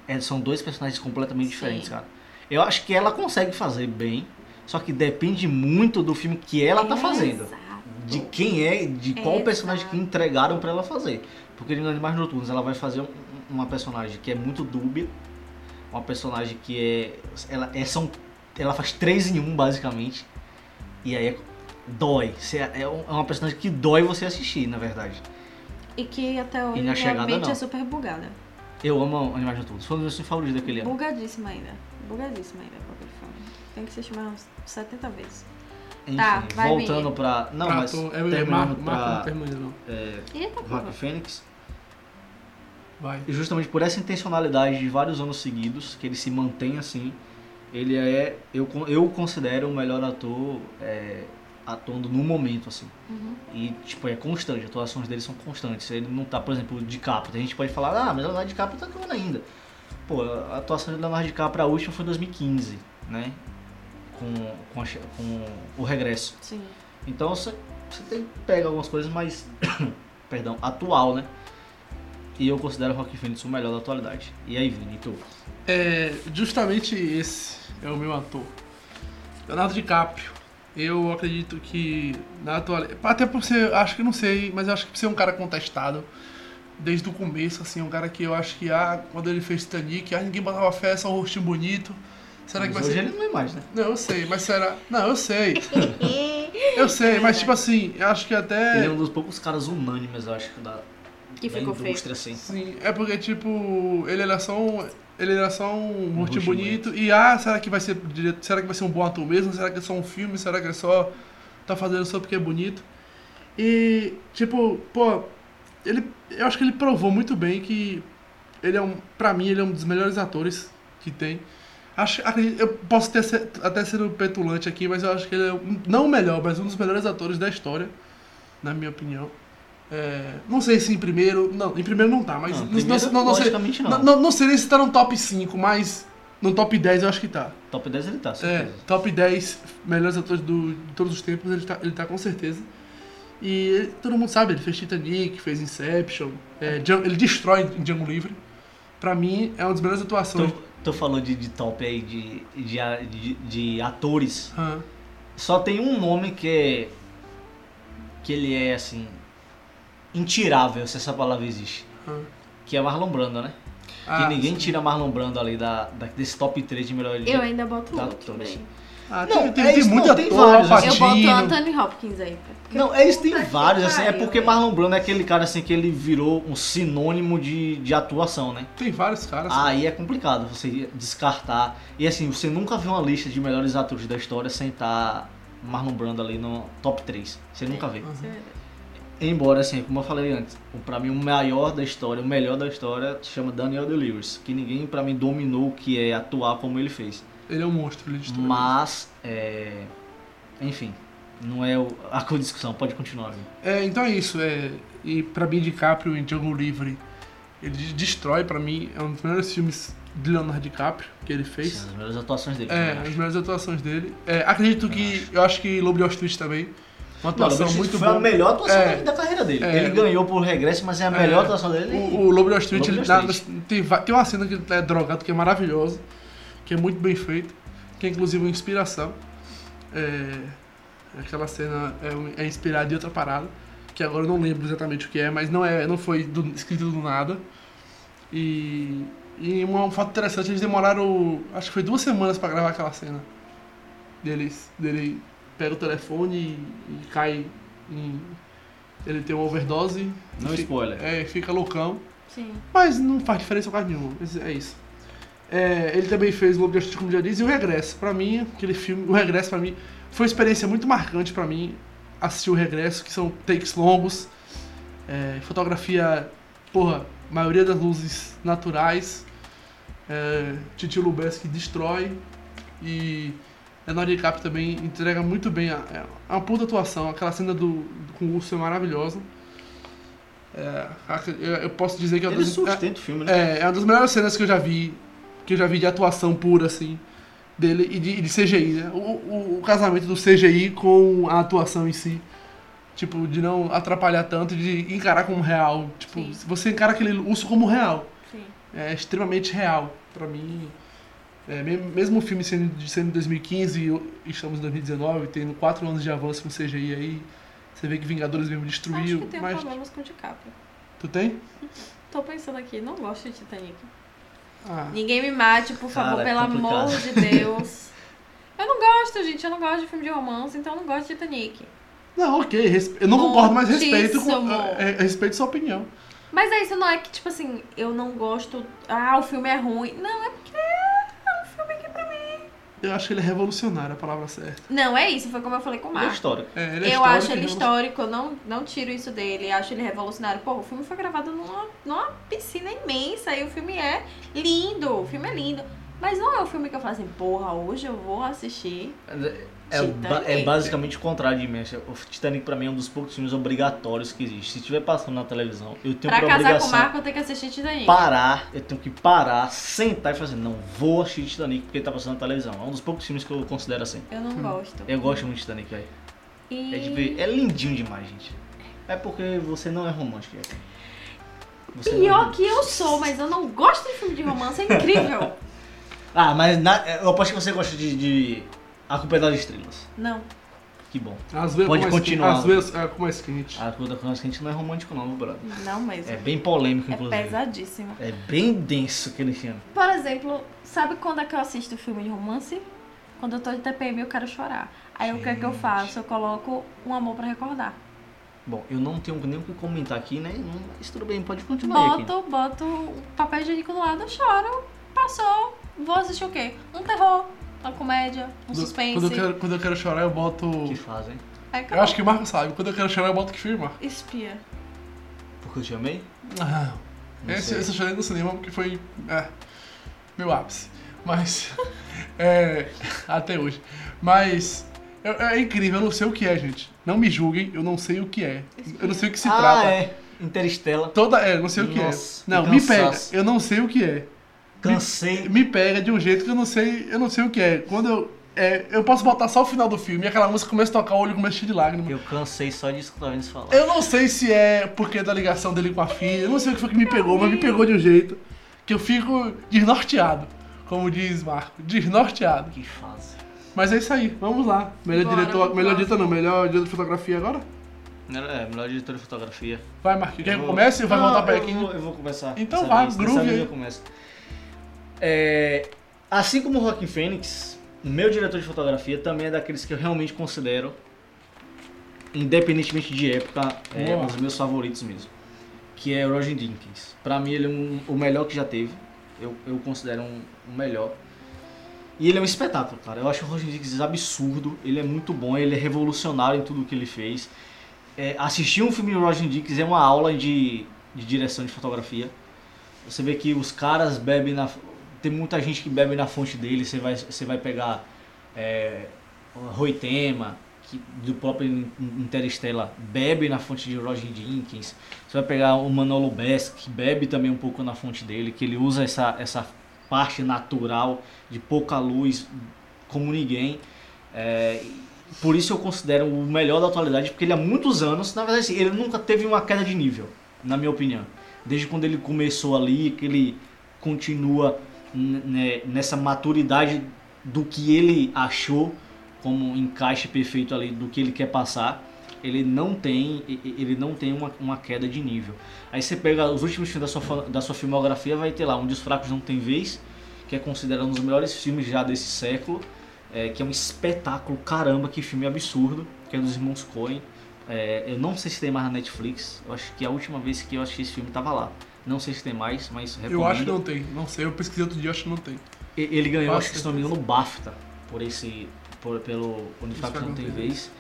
É, são dois personagens completamente Sim. diferentes, cara. Eu acho que ela consegue fazer bem, só que depende muito do filme que ela tá fazendo. Exato. De quem é, de qual Exato. personagem que entregaram pra ela fazer. Porque no Animais Noturnos ela vai fazer um- uma personagem que é muito dúbia, uma personagem que é. Ela, é são, ela faz três em um, basicamente. E aí é, dói. Você- é um- é uma personagem que dói você assistir, na verdade. E que até hoje E na minha chegada, mente não. é super bugada. Eu amo Animais Noturnos. Foi um dos meus filmes favoritos daquele ano. Bugadíssima ainda. Bugadíssima ainda com aquele filme. Tem que se chamar uns 70 vezes. Enfim, Tá, vai, voltando Miguel. pra. Não, Ah, mas. tô- é, é, Marco, terminando Marco não pra termina, não. É. Eita, Rock porra. Fênix. Vai. E justamente por essa intencionalidade de vários anos seguidos, que ele se mantém assim, ele é, eu, con- eu o considero o melhor ator é, atuando no momento, assim. Uhum. E, tipo, é constante, as atuações dele são constantes. Ele não tá, por exemplo, de capa. A gente pode falar, ah, mas Leonardo DiCaprio tá atuando ainda. Pô, a atuação de Leonardo DiCaprio, a última foi em 2015, né? Com, com, a che- com o regresso. Sim. Então você, você tem pega algumas coisas mais, perdão, atual, né? E eu considero o Rock Phoenix o melhor da atualidade. E aí, Vini, tu? É, justamente esse é o meu ator. Leonardo DiCaprio. Eu acredito que na atualidade. Até por ser. Acho que não sei, mas eu acho que por ser um cara contestado. Desde o começo, assim, um cara que eu acho que ah, quando ele fez Titanic, ah, ninguém botava fé, é só um rostinho bonito. Será que Mas vai hoje ser. ele não é mais, né? Não, eu sei, mas será. Não, eu sei. Eu sei, mas tipo assim, eu acho que até. É. Ele é um dos poucos caras unânimes, eu acho, da, Que da ficou feio. indústria, assim. Sim, é porque, tipo, ele era só um. Ele era só um rosto rosto bonito. E ah, será que vai ser direto- Será que vai ser um bom ator mesmo? Será que é só um filme? Será que é só. tá fazendo só porque é bonito? E, tipo, pô, ele. Eu acho que ele provou muito bem que ele é um. Pra mim, ele é um dos melhores atores que tem. Acho, acredito- eu posso ter, ser- até ser um petulante aqui, mas eu acho que ele é um, não o melhor, mas um dos melhores atores da história, na minha opinião. É, não sei se em primeiro. Não, em primeiro não tá, mas. Não, Não, primeiro, não, não, não sei, logicamente não. não. Não, não sei nem se tá no top 5, mas no top 10 eu acho que tá. Top 10 ele tá, É, certeza. top 10 melhores atores do, de todos os tempos, ele tá, ele tá com certeza. E ele- todo mundo sabe, ele fez Titanic, fez Inception, é, Djan- ele destrói em Django Livre. Pra mim, é uma das melhores atuações. Tu, tu falou de, de top aí, de, de, a- de, de atores. Hã? Só tem um nome que é... Que ele é, assim... Intirável, se essa palavra existe. Hã? Que é Marlon Brando, né? Ah, que ninguém sim. tira Marlon Brando ali da, da- desse top 3 de melhor Eu ainda boto Tá, outro tudo bem. também. Ah, Não, tem, tem, é tem isso, muito não, tem ator, vários, assim. Eu boto o Patino. Anthony Hopkins aí. porque- Não, eles têm Puta que vários, assim, é pariu, né? porque hein? Marlon Brando é aquele cara assim que ele virou um sinônimo de, de atuação, né? Tem vários caras. Aí é complicado você descartar. E assim, você nunca vê uma lista de melhores atores da história sem estar Marlon Brando ali no top 3. Você nunca vê. Isso é verdade. Embora, assim, como eu falei antes, o- pra mim o maior da história, o melhor da história, se chama Daniel Day-Lewis, que ninguém pra mim dominou o que é atuar como ele fez. Ele é um monstro, ele destrói. Mas, é... enfim, não é o... a co- discussão, pode continuar. viu? É, então é isso. É, e pra mim, DiCaprio em Django Livre, ele de- destrói pra mim. É um dos melhores filmes de Leonardo DiCaprio que ele fez. São as melhores atuações dele. É, também, as acho. melhores atuações dele. É, acredito que. Eu acho que Lobo de Wall Street também. Uma Não, atuação Lubitsch muito foi a boa. melhor atuação É. da- da carreira dele. É. ele ganhou por regresso, mas é a melhor atuação dele. O, o Lobo de Wall Street, Lobo de ele Wall dá- Street. tem, va- tem uma cena que ele é drogado que é maravilhosa, que é muito bem feita, que é inclusive uma inspiração. É, aquela cena é, um- é inspirada em outra parada, que agora eu não lembro exatamente o que é, mas não, é, não foi do- escrito do nada. E, e uma- um fato interessante, eles demoraram, acho que foi duas semanas pra gravar aquela cena. Deles, dele pega o telefone e, e cai em... Ele tem uma overdose. Não e fi- spoiler. É, fica loucão. Sim. Mas não faz diferença quase nenhuma. mas É isso. É, ele também fez Lobo de Wall Street, como já disse, e o Regresso. Pra mim, aquele filme, o Regresso pra mim, foi uma experiência muito marcante pra mim assistir o Regresso, que são takes longos, é, fotografia, porra, maioria das luzes naturais, É, Titi Lubeski destrói. E Leonardo DiCaprio também entrega muito bem. A, é uma puta atuação. Aquela cena do, do- com o urso é maravilhosa. É, a- eu, eu posso dizer que é uma Ele das- sustenta o filme, né? é, é uma das melhores cenas que eu já vi, que eu já vi de atuação pura, assim, dele e de, e de CGI, né? O, o- o casamento do CGI com a atuação em si. Tipo, de não atrapalhar tanto, de encarar como real. Tipo, Sim. se você encara aquele urso como real. Sim. É extremamente real. Pra mim, é, me- mesmo o filme sendo de sendo 2015 e eu- e estamos em 2019, tendo 4 anos de avanço com CGI aí, você vê que Vingadores mesmo Acho destruiu. que um eu tenho mas problemas com o DiCaprio. tu tem? Tô pensando aqui, não gosto de Titanic. Ah. Ninguém me mate, por Cara, favor, é pelo complicado. amor de Deus. Eu não gosto, gente. Eu não gosto de filme de romance, então eu não gosto de Titanic. Não, ok. respe- Eu não concordo, mas respeito, com, Muitíssimo. é, é, respeito sua opinião. Mas é isso, não é que, tipo assim, eu não gosto. Ah, o filme é ruim. Não, é porque é um filme que pra mim. Eu acho que ele é revolucionário, a palavra certa. Não, é isso, foi como eu falei com o Ele é Marcos. histórico. É, ele é Eu histórico, acho ele revolu- histórico, eu não, não tiro isso dele, acho ele revolucionário. Pô, o filme foi gravado numa, numa piscina imensa e o filme é lindo, o filme é lindo. Mas não é o filme que eu falo assim, porra, hoje eu vou assistir. É, o ba- é Titanic. basicamente o contrário de mim. O Titanic pra mim é um dos poucos filmes obrigatórios que existe. Se estiver passando na televisão, eu tenho pra por casar com obrigação o Marco, eu tenho que assistir Titanic. parar, eu tenho que parar, sentar e fazer, não, vou assistir Titanic porque tá passando na televisão. É um dos poucos filmes que eu considero assim. Eu não gosto. Eu gosto muito de Titanic, velho. E... É, de ver- é lindinho demais, gente. É porque você não é romântico, Eca. Você não é Pior romântico. que eu sou, mas eu não gosto de filme de romance, é incrível. Ah, mas na- eu aposto que você gosta de, de A Culpa é das Estrelas. Não, Que bom. Às vezes, Pode com mais continuar. quente- Às vezes é, com mais quente. A Culpa das Estrelas não é romântico não, meu brother. não mesmo. É bem polêmico, É inclusive. pesadíssimo. É bem denso aquele filme. Por exemplo, sabe quando é que eu assisto filme de romance? Quando eu tô de TPM eu quero chorar. Aí o que é que eu Gente. faço? Eu coloco um amor pra recordar. Bom, eu não tenho nem o que comentar aqui, né? Não- Mas tudo bem, pode continuar aí, aqui. Boto, boto o papel higiênico do lado, eu choro. Passou. Vou assistir o quê? Um terror, uma comédia, um Quando- suspense. Quando eu, quero, quando eu quero chorar, eu boto. Que fazem? Aí Eu acabou. acho que o Marco sabe. Quando eu quero chorar, eu boto que filme, Marco? Espia. Porque eu te amei? Ah, Não esse, sei. esse eu chorei no cinema porque foi. É, meu ápice. Mas. é, até hoje. Mas. eu- É, incrível, eu não sei o que é, gente. Não me julguem, eu não sei o que é. Eu não sei o que se ah, trata. é. Interestela. Toda. É, eu não sei o que Nossa, é. Não, que me pega. cansaço. Eu não sei o que é. Cansei. me pega de um jeito que eu não sei, eu não sei o que é. Quando eu. é, eu posso botar só o final do filme e aquela música começa a tocar, o olho começa a cheio de lágrimas. Eu cansei só de escutar eles falar. Eu não sei se é porque da ligação dele com a filha, eu não sei o que foi que me pegou, mas me pegou de um jeito que eu fico desnorteado, como diz Marco, desnorteado. Que fase. Mas é isso aí, vamos lá. Melhor Bora, diretor, vamos melhor lá. diretor não, melhor diretor de fotografia agora? É, melhor diretor de fotografia. Vai, Marquinhos, quer Eu que vou- comece ou vai Não, voltar pra eu aqui? vou- Eu vou começar. Então Dessa vá, vez, dessa groove vez aí. eu começo. É, assim como o Rockin' Fênix, meu diretor de fotografia também é daqueles que eu realmente considero, independentemente de época, é Boa. um dos meus favoritos mesmo. Que é Roger Dinkins. Pra mim ele é um- o melhor que já teve. Eu, eu considero um, o melhor. E ele é um espetáculo, cara. Eu acho o Roger Dinkins absurdo. Ele é muito bom, ele é revolucionário em tudo que ele fez. É, assistir um filme do Roger Dickens é uma aula de, de direção de fotografia. Você vê que os caras bebem na. Tem muita gente que bebe na fonte dele. Você vai, você vai pegar é, Roitema, que do próprio In- Interestela, bebe na fonte de Roger Dickens. Você vai pegar o Manolo Best, que bebe também um pouco na fonte dele, que ele usa essa, essa parte natural de pouca luz como ninguém. É, por isso eu considero o melhor da atualidade, porque ele há muitos anos, na verdade, assim, ele nunca teve uma queda de nível, na minha opinião. Desde quando ele começou ali, que ele continua n- né, nessa maturidade do que ele achou como um encaixe perfeito ali do que ele quer passar, ele não tem, e- e- ele não tem uma, uma queda de nível. Aí você pega os últimos filmes da sua, fa- da sua filmografia, vai ter lá Onde os Fracos Não Tem Vez, que é considerado um dos melhores filmes já desse século, é, que é um espetáculo, caramba, que filme absurdo, que é dos irmãos Coen. É, eu não sei se tem mais na Netflix, eu acho que a última vez que eu assisti esse filme tava lá. Não sei se tem mais, mas recomendo. Eu acho que não tem, não sei, eu pesquisei outro dia, acho que não tem. E- Ele ganhou, acho Bafta. que se não me engano, o BAFTA por esse. Por, pelo Onde Fato Não Tem Vez.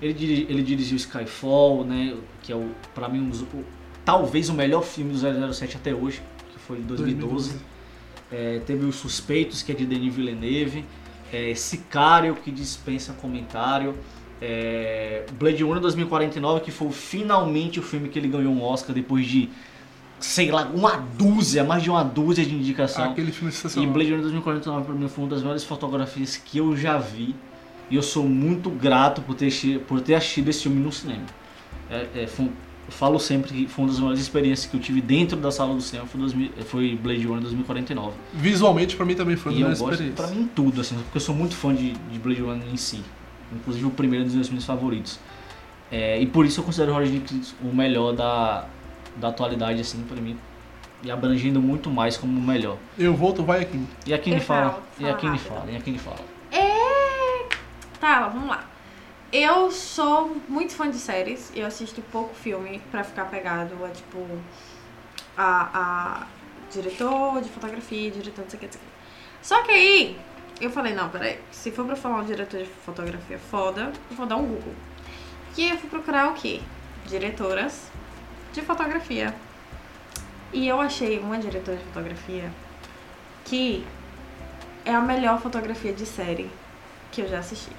Ele, diri- ele dirigiu Skyfall, né? Que é, o, pra mim, um dos, o- talvez o melhor filme do 007 até hoje, que foi de 2012. É, teve Os Suspeitos, que é de Denis Villeneuve. É, Sicário, que dispensa comentário. É, Blade Runner 2049, que foi finalmente o filme que ele ganhou um Oscar depois de, sei lá, uma dúzia, mais de uma dúzia de indicação. Aquele filme é E sensacional. Blade Runner 2049 para mim foi uma das melhores fotografias que eu já vi. E eu sou muito grato por ter, chi- por ter assistido esse filme no cinema. É, é, foi um- eu falo sempre que foi uma das melhores experiências que eu tive dentro da sala do cinema foi, 2000 foi Blade Runner 2049. Visualmente, pra mim também foi e uma eu gosto experiência. pra mim tudo, assim, porque eu sou muito fã de, de Blade Runner em si. Inclusive o primeiro um dos meus filmes favoritos. É, e por isso eu considero Roger Dickens o melhor da, da atualidade, assim, pra mim. E abrangendo muito mais como o melhor. Eu volto, vai aqui. E a Kine Eu fala, falo, e a fala Kine rápido. fala, e a Kine fala. Tá, vamos lá. Eu sou muito fã de séries, eu assisto pouco filme pra ficar pegado a tipo a, a diretor de fotografia, diretor não sei o que, não sei o que. Só que aí eu falei, não, peraí, se for pra falar um diretor de fotografia foda, eu vou dar um Google. E eu fui procurar o quê? Diretoras de fotografia. E eu achei uma diretora de fotografia que é a melhor fotografia de série que eu já assisti.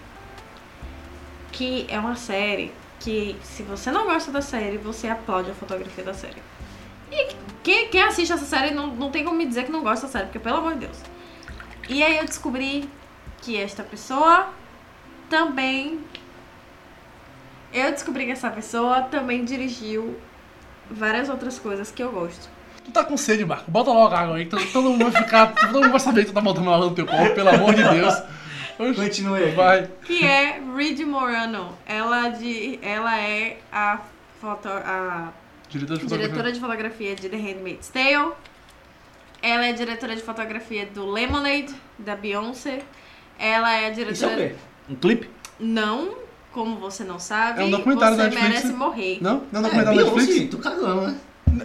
Que é uma série que, se você não gosta da série, você aplaude a fotografia da série. E quem, quem assiste essa série não, não tem como me dizer que não gosta da série, porque pelo amor de Deus. E aí eu descobri que esta pessoa também. Eu descobri que essa pessoa também dirigiu várias outras coisas que eu gosto. Tu tá com sede, Marco. Bota logo água aí. que Todo todo mundo vai ficar. Todo mundo vai saber que tu tá botando água no teu corpo, pelo amor de Deus. Oxi, Continue Vai. que é Reed Morano. Ela, de, ela é a, foto, a Diretor de fotografia. diretora de fotografia de The Handmaid's Tale. Ela é diretora de fotografia do Lemonade, da Beyoncé. Ela é a diretora. Isso é o quê? Um clipe? Não, como você não sabe, É um documentário você da Netflix. merece morrer. Não? Não é Tá um documentário da Netflix? tu cagando, né?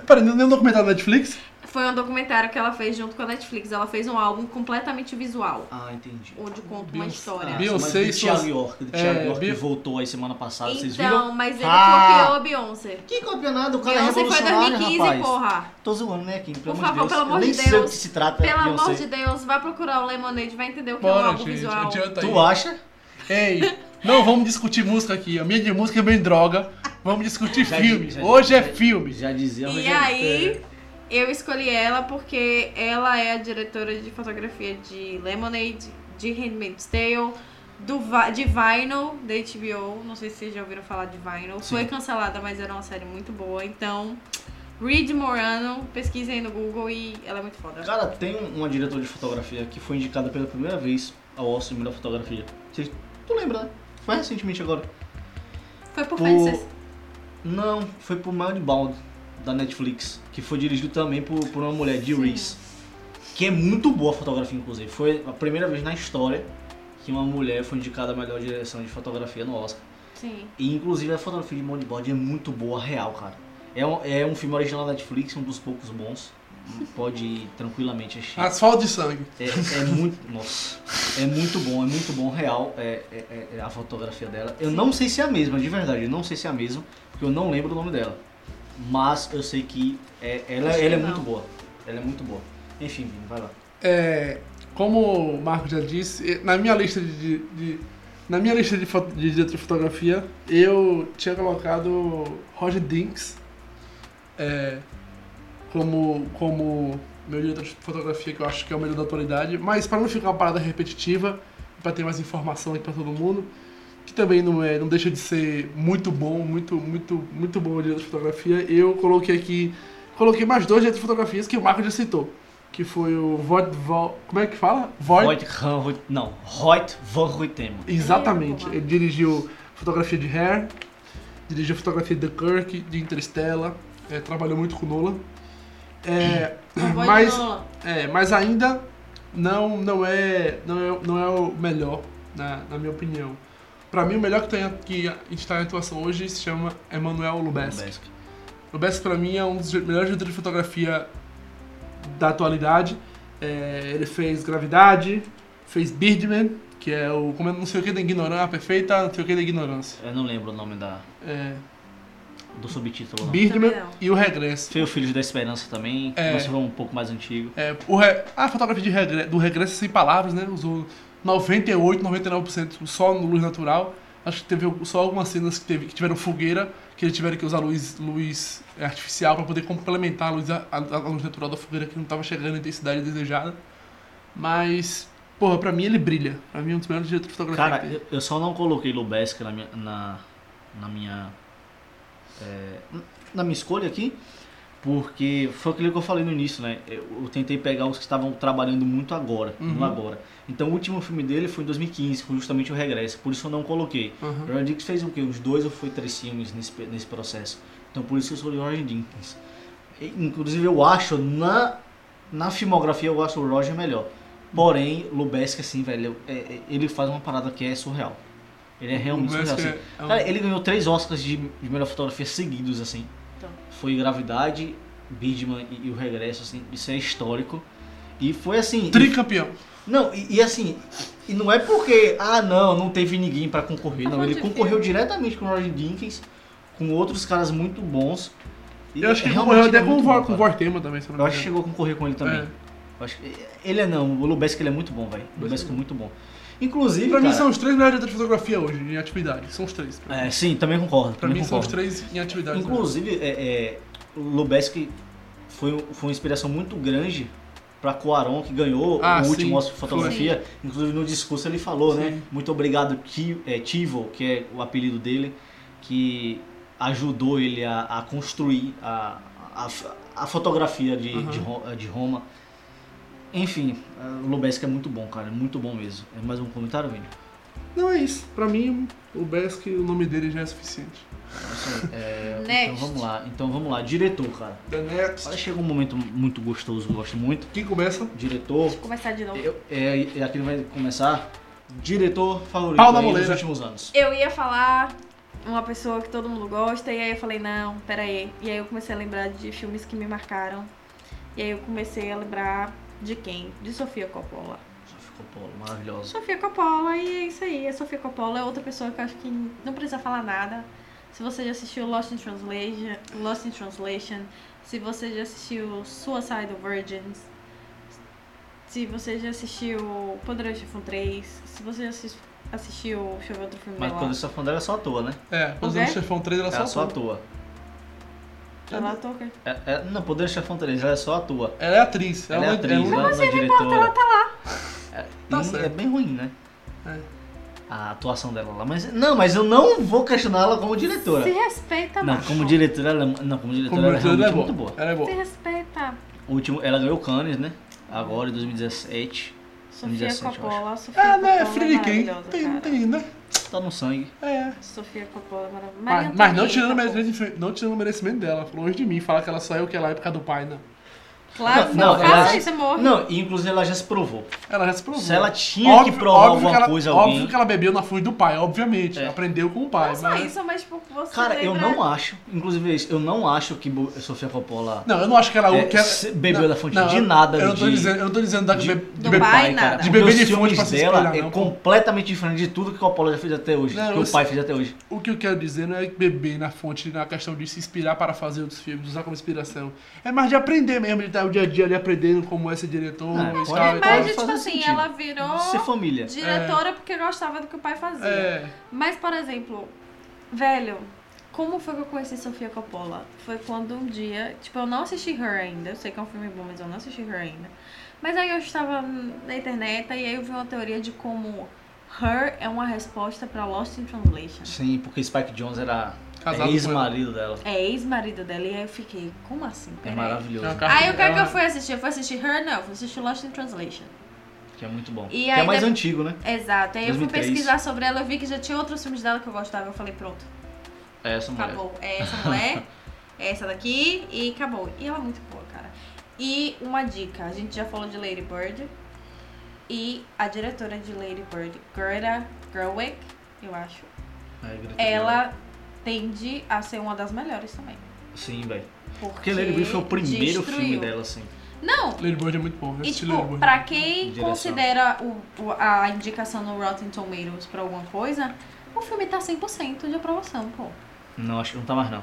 Pera, não é um documentário da Netflix? Foi um documentário que ela fez junto com a Netflix. Ela fez um álbum completamente visual, Ah, entendi. onde conta uma Beyoncé. história. Ah, Beyoncé mas e do Thiago suas- York, do É, Thiago York que Be- voltou aí semana passada, Ah, vocês viram? Então, mas ele Ah! copiou a Beyoncé. Que campeonato, o é Beyoncé foi 2015, porra. Tô zoando, né, Kine? Pelo amor Por de favor, Deus. pelo amor Eu nem de sei o Deus. que se trata, Pelo Beyoncé. amor de Deus, vai procurar o Lemonade, vai entender o que é um Bora, álbum gente. visual. Adianta aí. Tu acha? Ei, não vamos discutir música aqui. A minha de música é bem droga. Vamos discutir Já filme. di- já Hoje di- é já- filme. Já dizia E Rogério. aí, eu escolhi ela porque ela é a diretora de fotografia de Lemonade, de Handmaid's Tale, do Vi- de Vinyl, da HBO. Não sei se vocês já ouviram falar de Vinyl. Sim. Foi cancelada, mas era uma série muito boa. Então, Reed Morano, pesquisem aí no Google e ela é muito foda. Cara, tem uma diretora de fotografia que foi indicada pela primeira vez ao Oscar de melhor fotografia. Vocês- Tu lembra, né? Foi recentemente agora. Foi por Por- Fences. Não, foi pro Bound da Netflix, que foi dirigido também por, por uma mulher, Jill Sim. Reese. Que é muito boa a fotografia, inclusive. Foi a primeira vez na história que uma mulher foi indicada a melhor direção de fotografia no Oscar. Sim. E inclusive a fotografia de Bound é muito boa, real, cara. É um, é um filme original da Netflix, um dos poucos bons. Pode ir tranquilamente assistir. Asfalto de sangue. É, é muito. Nossa. É muito bom, é muito bom, real. É, é- é a fotografia dela. Eu não sei se é a mesma, de verdade. Eu não sei se é a mesma, porque eu não lembro o nome dela. Mas eu sei que é- ela, Acho que ela é não. muito boa. Ela é muito boa. Enfim, Vini, vai lá. É, como o Marco já disse, na minha lista de, de- de- na minha lista de, foto, de diretor de fotografia, eu tinha colocado Roger Dinks é, como, como meu diretor de fotografia, que eu acho que é o melhor da atualidade, mas para não ficar uma parada repetitiva, para ter mais informação aqui para todo mundo, que também não, é, não deixa de ser muito bom, muito, muito, muito bom o diretor de fotografia, eu coloquei aqui, coloquei mais dois diretores de fotografias que o Marco já citou. Que foi o Void. Vo, como é que fala? Void Reut Van Ruit- Não, Reut Van Ruitema. Exatamente. Ih, Ele dirigiu fotografia de Hair, dirigiu fotografia de Kirk, de Interstellar, é, trabalhou muito com Nolan. É, Voz de mas, Nolan. é, mas ainda não, não, é, não, é, não é o melhor, na, na minha opinião. Pra mim, o melhor que, tem, a- que está em atuação hoje se chama Emmanuel Lubezki. Basque. O Bess pra mim é um dos melhores diretores de fotografia da atualidade. É, ele fez Gravidade, fez Birdman, que é o como é, não sei o que da ignorância, a perfeita, não sei o que da ignorância. Eu não lembro o nome da. É, do subtítulo, não. Birdman Também não. e o Regresso. Feio Filhos da Esperança também, É. mas foi um pouco mais antigo. É, o re- A fotografia de regre- do Regresso Sem Palavras, né? Usou 98, 99% só no luz natural. Acho que teve só algumas cenas que, teve- que tiveram fogueira, que eles tiveram que usar luz, luz é, artificial para poder complementar a luz, a- a- a luz natural da fogueira, que não estava chegando à intensidade desejada. Mas, porra, pra mim ele brilha. Pra mim é um dos melhores diretores de fotografia. Cara, que tem. eu, eu só não coloquei Lubesca na minha. Na, na minha. é, na minha escolha aqui, porque foi aquilo que eu falei no início, né? Eu, eu tentei pegar os que estavam trabalhando muito agora, no Uhum. agora. Então o último filme dele foi em 2015, foi justamente o Regresso, por isso eu não coloquei. Aham. Roger Dickens fez o quê? Uns dois ou foi três filmes nesse, pe- nesse processo. Então por isso que eu escolhi o Roger Dickens. E, Inclusive eu acho, na, na filmografia eu acho o Roger melhor. Porém, Lubeski, assim, velho, é- é- ele faz uma parada que é surreal. Ele é realmente Mas surreal. que Assim. é- é um- Cara, ele ganhou três Oscars de, de melhor fotografia seguidos, assim. Então. Foi Gravidade, Birdman e, e o Regresso, assim, isso é histórico. E foi assim. Tricampeão. Não, e, e assim, e não é porque, ah não, não teve ninguém pra concorrer, Tá não. falando Ele de concorreu filme? diretamente com o Roger Dinkins, com outros caras muito bons. E Eu acho que é ele realmente concorreu até é com o muito Vor- bom, com o cara. Vortema também, se eu não Eu me acho que engano. chegou a concorrer com ele também. É. Eu acho que- ele é não, o Lubesk ele é muito bom, velho. O Lubesk é muito bom. Inclusive, Pra mim cara, são os três melhores diretores de fotografia hoje, em atividade. São os três. Pra mim. é, sim, também concordo. Pra também mim são os concordo. três em atividade. né? Inclusive, é, é, o Lubeski foi, um- foi uma inspiração muito grande para Cuaron, que ganhou Ah, o sim, último Oscar de Fotografia. Inclusive, no discurso ele falou, né? Sim. Muito obrigado, Ti- é, Tivo, que é o apelido dele, que ajudou ele a, a construir a, a, a fotografia de, Uhum. de Ro- de Roma. Enfim, é, o Lubeski é muito bom, cara. É muito bom mesmo. É mais um comentário, Vini? Não é isso. Pra mim, o Besk, o nome dele já é suficiente. É, então Next. vamos lá. Então vamos lá. Diretor, cara. The Agora Next. chega um momento muito gostoso, eu gosto muito. Quem começa? Diretor. Começar de novo. Eu, é, é aqui vai começar. Diretor favorito Paulo aí dos Moleira. últimos anos. Eu ia falar uma pessoa que todo mundo gosta, e aí eu falei, não, peraí. E aí eu comecei a lembrar de filmes que me marcaram. E aí eu comecei a lembrar de quem? De Sofia Coppola. Só ficou Paulo, maravilhoso. Sofia Coppola, e é isso aí. A Sofia Coppola é outra pessoa que eu acho que não precisa falar nada. Se você já assistiu Lost in Translation, Lost in Translation se você já assistiu Suicide Virgins, se você já assistiu Poderoso Chefão 3, se você já assis- assistiu, deixa eu ver outro filme Mas lá. quando essa fã era só à toa, né? É, Poder do quê? Chefão 3 era Era só só à ator. toa. Ela toca. É, é, não, Poder do Chefão 3, ela é só à toa. Ela é atriz. Ela é uma- atriz, uma- ela não é diretora. Ela tá lá. É, Tá e certo. é bem ruim, né? É. A atuação dela lá. Mas, não, mas eu não vou questionar ela como diretora. Se respeita, Não, macho. como diretora, ela, não, como diretora, Como ela é diretora, realmente ela é muito boa. boa. Ela é Se boa. respeita. O último, ela ganhou o Cannes, né? Agora, em 2017. Sofia 2017, assim, eu acho. Coppola, Sofia Ah, Coppola né? é É Friedkin. maravilhosa, Tem, cara. tem, né? Tá no sangue. É. Sofia Coppola é maravilhosa. Mas, Maria mas não, Antonieta, tirando o pô. merecimento, não tirando o merecimento dela. Falou hoje de mim. Falar que ela saiu que ela é por causa do pai, não. Claro, Não, não, não, faça ela- isso, amor. Não, e inclusive ela já se provou. Ela já se provou. Se ela tinha que provar alguma ela, coisa a óbvio alguém. que ela bebeu na fonte do pai, obviamente. É. Aprendeu com o pai. Não só mas- isso, mas tipo, você Cara, eu lembra- não acho. Inclusive, é isso, eu não acho que Bo- Sofia Coppola Não, eu não acho que ela. é, que ela- se- bebeu não, da fonte não, de nada. Eu não tô de, dizendo, eu não tô dizendo da de- de, do be- pai, cara. nada. Porque De beber os de fonte filmes pra se dela inspirar, é não, pô. completamente diferente de tudo que Coppola já fez até hoje. Não, que eu o pai sei. fez até hoje. O que eu quero dizer não é beber na fonte na questão de se inspirar para fazer outros filmes, usar como inspiração. É mais de aprender mesmo, de estar o dia a dia ali aprendendo como é ser diretor, Ah, esse pode- cara É e mais Faz de, tipo assim, sentido. ela virou Ser família. diretora porque gostava do que o pai tal. fazia. É, Mas, por exemplo, velho, como foi que eu conheci Sofia Coppola? Foi quando um dia, tipo, eu não assisti Her ainda, eu sei que é um filme bom, mas eu não assisti Her ainda. Mas aí eu estava na internet e aí eu vi uma teoria de como Her é uma resposta pra Lost in Translation. Sim, porque Spike Jones era é Casado com ex-marido dela. É ex-marido dela e aí eu fiquei, como assim? É Peraí. maravilhoso. Não, cara. Aí o que é que Ela- eu fui assistir? Eu fui assistir Her, não, eu fui assistir Lost in Translation. Que é muito bom. E que é ainda- mais antigo, né? Exato. Aí eu fui 2003. pesquisar sobre ela, eu vi que já tinha outros filmes dela que eu gostava. Eu falei, pronto, É essa mulher. acabou. É essa mulher, é essa daqui e acabou. E ela é muito boa, cara. E uma dica, a gente já falou de Lady Bird. E a diretora de Lady Bird, Greta Gerwig, eu acho, É, Greta Gerwig. ela tende a ser uma das melhores também. Sim, velho. Porque, Porque Lady Bird foi o primeiro filme destruiu. dela, assim. Não, Lady Bird é muito bom, eu E assisti Lady tipo, Bird. pra quem Direção. considera o- o- a indicação no Rotten Tomatoes pra alguma coisa, o filme tá 100% de aprovação, pô. Não, acho que não tá mais não.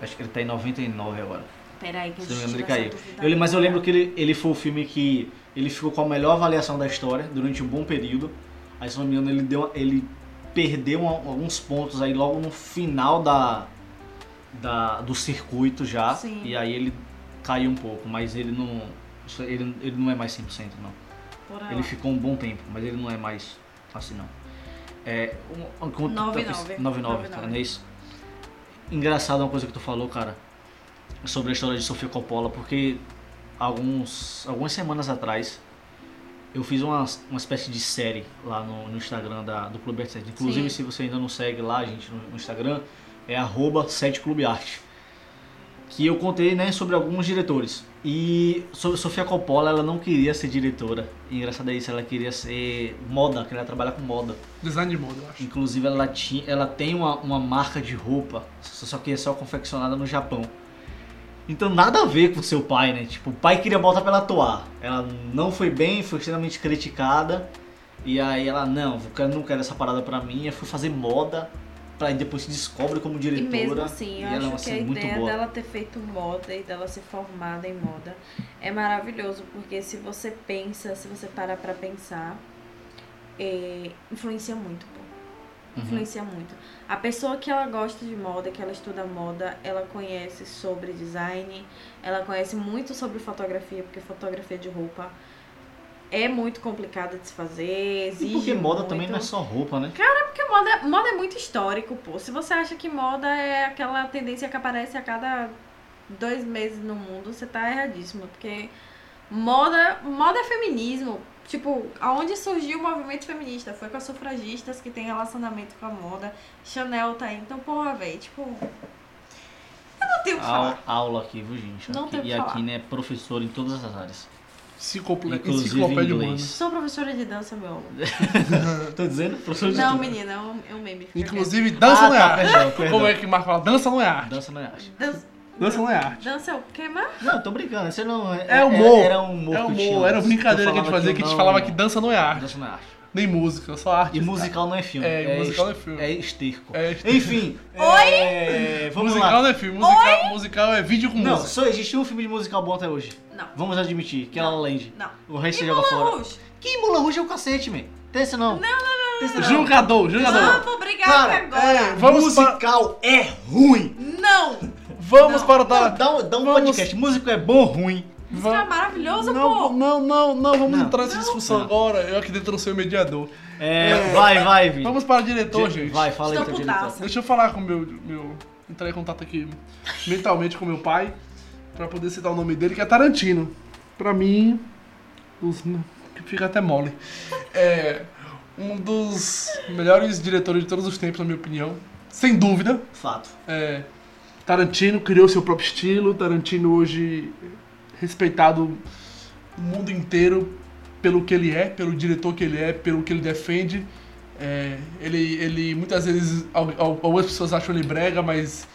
Acho que ele tá em 99 agora. Peraí, que Se não me eu engano, ele tive essa caiu. dúvida Eu, le- mas eu agora. lembro que ele, ele foi o filme que ele ficou com a melhor avaliação da história durante um bom período. Aí, se não me engano, ele, deu, ele perdeu a- alguns pontos aí logo no final da, da- do circuito já. Sim. E aí ele caiu um pouco, mas ele não, isso- ele, ele não é mais 100%, não. Bora lá. Ele ficou um bom tempo, mas ele não é mais assim não. É, um, um, com- 99. 99, tá, não é isso? Engraçado uma coisa que tu falou, cara, sobre a história de Sofia Coppola, porque alguns, algumas semanas atrás eu fiz uma, uma espécie de série lá no, no Instagram da, do Clube Arte 7. Inclusive, Sim. se você ainda não segue lá, a gente, no, no Instagram, é arroba 7 Clube Arte. Que eu contei né, sobre alguns diretores. E sobre Sofia Coppola, ela não queria ser diretora. E engraçado é isso, ela queria ser moda, queria trabalhar com moda. Design de moda, eu acho. Inclusive, ela, ti- ela tem uma, uma marca de roupa, só só que é só confeccionada no Japão. Então, nada a ver com seu pai, né? Tipo, o pai queria botar pra ela atuar. Ela não foi bem, foi extremamente criticada. E aí ela, não, eu quero- não quero essa parada pra mim. Eu fui fazer moda, pra aí depois se descobre como E diretora. mesmo assim, e eu ela é uma acho que a cena muito ideia boa. dela ter feito moda e dela ser formada em moda é maravilhoso, porque se você pensa, se você parar pra pensar, é, influencia muito, pô. Uhum. Influencia muito. A pessoa que ela gosta de moda, que ela estuda moda, ela conhece sobre design, ela conhece muito sobre fotografia, porque fotografia de roupa é muito complicada de se fazer, E exige porque moda muito. também não é só roupa, né? Porque moda, moda é muito histórico, pô. Se você acha que moda é aquela tendência que aparece a cada dois meses no mundo, você tá erradíssimo. Porque moda, moda é feminismo. Tipo, aonde surgiu o movimento feminista? Foi com as sufragistas que tem relacionamento com a moda. Chanel tá aí. Então, porra, velho, tipo. Eu não tenho o que falar. A, aula aqui, viu, gente? Não Aqui- tem o que e aqui, falar. né, professor em todas as áreas. Enciclopé- Inclusive Enciclopédia inglês. humana. Sou professora de dança, meu amor. Tô dizendo? Professor de Não, tudo. menina, é um, é um meme. fica Inclusive, dança Ah, não é tá, arte. perdão, perdão. Como é que o Marco fala? Dança não é arte. Dança não é arte. quieto. Dança, Dança não é arte. dança é o que mais? Não, tô brincando, você não. É humor. Era, um humor. É que eu tinha humor, era uma antes. brincadeira Eu que a gente falava fazia que a eu gente não- falava que dança não é arte. Dança não é arte. Nem música, só arte. E musical não é filme. É, musical não é filme. É esterco. É Enfim. Oi! É, vamos musical lá. não é filme, musical, musical é vídeo com Não, música. só existe um filme de musical bom até hoje. Não, Vamos admitir, que é La La Land. não. O resto você E joga Moulin fora. Rouge? Que Mula Rouge é o cacete, man. Tem esse não. Não, não, não. Tem esse não. Jogador, jogador. Vamos brigar Cara, aqui agora. é, Vamos musical é ruim. Não! Vamos Não. para Dá, dar. dá um, dá um Vamos- podcast. Músico é bom ou ruim? Isso é maravilhoso, Não, pô! não, não, não, vamos Não. entrar nessa discussão Não. agora. Eu aqui dentro não sou o mediador. É, vai, vai, Vitor. Vamos para o diretor, Di- gente. Vai, fala aí, Estou teu diretor. putaça. Deixa eu falar com o meu, meu. Entrar em contato aqui mentalmente com meu pai. Pra poder citar o nome dele, que é Tarantino. Pra mim. Os, que fica até mole. É. Um dos melhores diretores de todos os tempos, na minha opinião. Sem dúvida. Fato. É, Tarantino criou seu próprio estilo. Tarantino hoje é respeitado o mundo inteiro pelo que ele é, pelo diretor que ele é, pelo que ele defende. É, ele, ele muitas vezes al- al- algumas pessoas acham ele brega, mas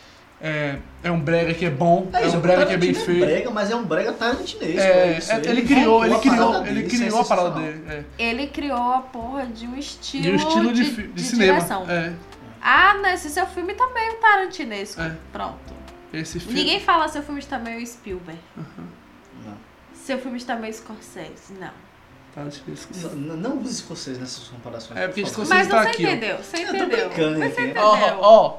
é, é um brega que é bom, é, um brega que é bem feio. brega, mas é um brega tarantinês. É, velho, isso. é, ele criou, ele inventou a criou, parada ele dele, isso criou a parada sensacional. dele. É. Ele criou a porra de um estilo De um estilo de, fi- de, de de cinema. direção. É, Ah, não, esse seu filme tá meio tarantinesco. É. Pronto. esse filme. Ninguém fala seu filme está meio Spielberg. Não. Seu filme está meio Scorsese. Não. Tá, Tarantino. Não, não use escocês nessas comparações. É, porque por favor. Você Mas está você aqui, ó. entendeu, você Eu tô entendeu. brincando, Mas você entendeu? entendeu. Ó, ó.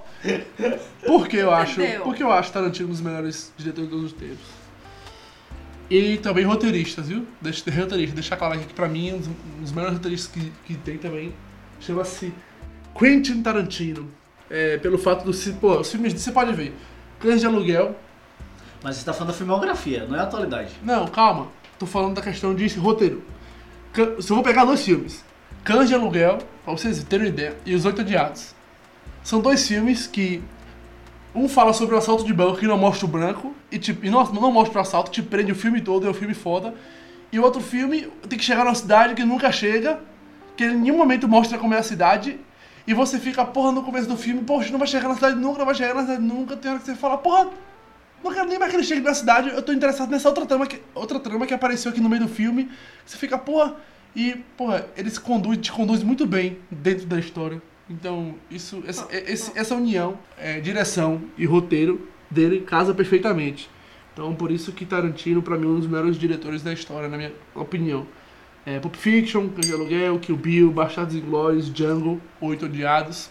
Por que eu acho? Entendeu? Porque eu acho Tarantino um dos melhores diretores de todos os tempos. E também roteiristas, viu? Deixa, roteirista, deixar claro aqui que pra mim, um dos, um dos melhores roteiristas que, que tem também chama-se Quentin Tarantino. É, pelo fato do. ci- Pô, os filmes. Você pode ver. Cães de aluguel. Mas você tá falando da filmografia, não é a atualidade. Não, calma. Tô falando da questão de roteiro. Cã- Se eu vou pegar dois filmes. Cães de Aluguel, pra vocês terem uma ideia, e Os Oito Odiados. São dois filmes que... Um fala sobre o assalto de banco que não mostra o branco, e, te, e não, não mostra o assalto, te prende o filme todo, é um filme foda. E o outro filme tem que chegar numa cidade que nunca chega, que ele em nenhum momento mostra como é a cidade, e você fica, porra, no começo do filme, poxa, não vai chegar na cidade nunca, não vai chegar na cidade nunca, tem hora que você fala, porra, não quero nem mais que ele chegue na cidade, eu tô interessado nessa outra trama que, outra trama que apareceu aqui no meio do filme. que Você fica, porra, e, porra, ele se conduz, te conduz muito bem dentro da história. Então, isso, essa, esse- essa união, é, direção e roteiro, dele casa perfeitamente. Então, por isso que Tarantino, pra mim, é um dos melhores diretores da história, na minha opinião. É, Pulp Fiction, Cães de Aluguel, Kill Bill, Bastardos Inglórios, Django, Oito Odiados.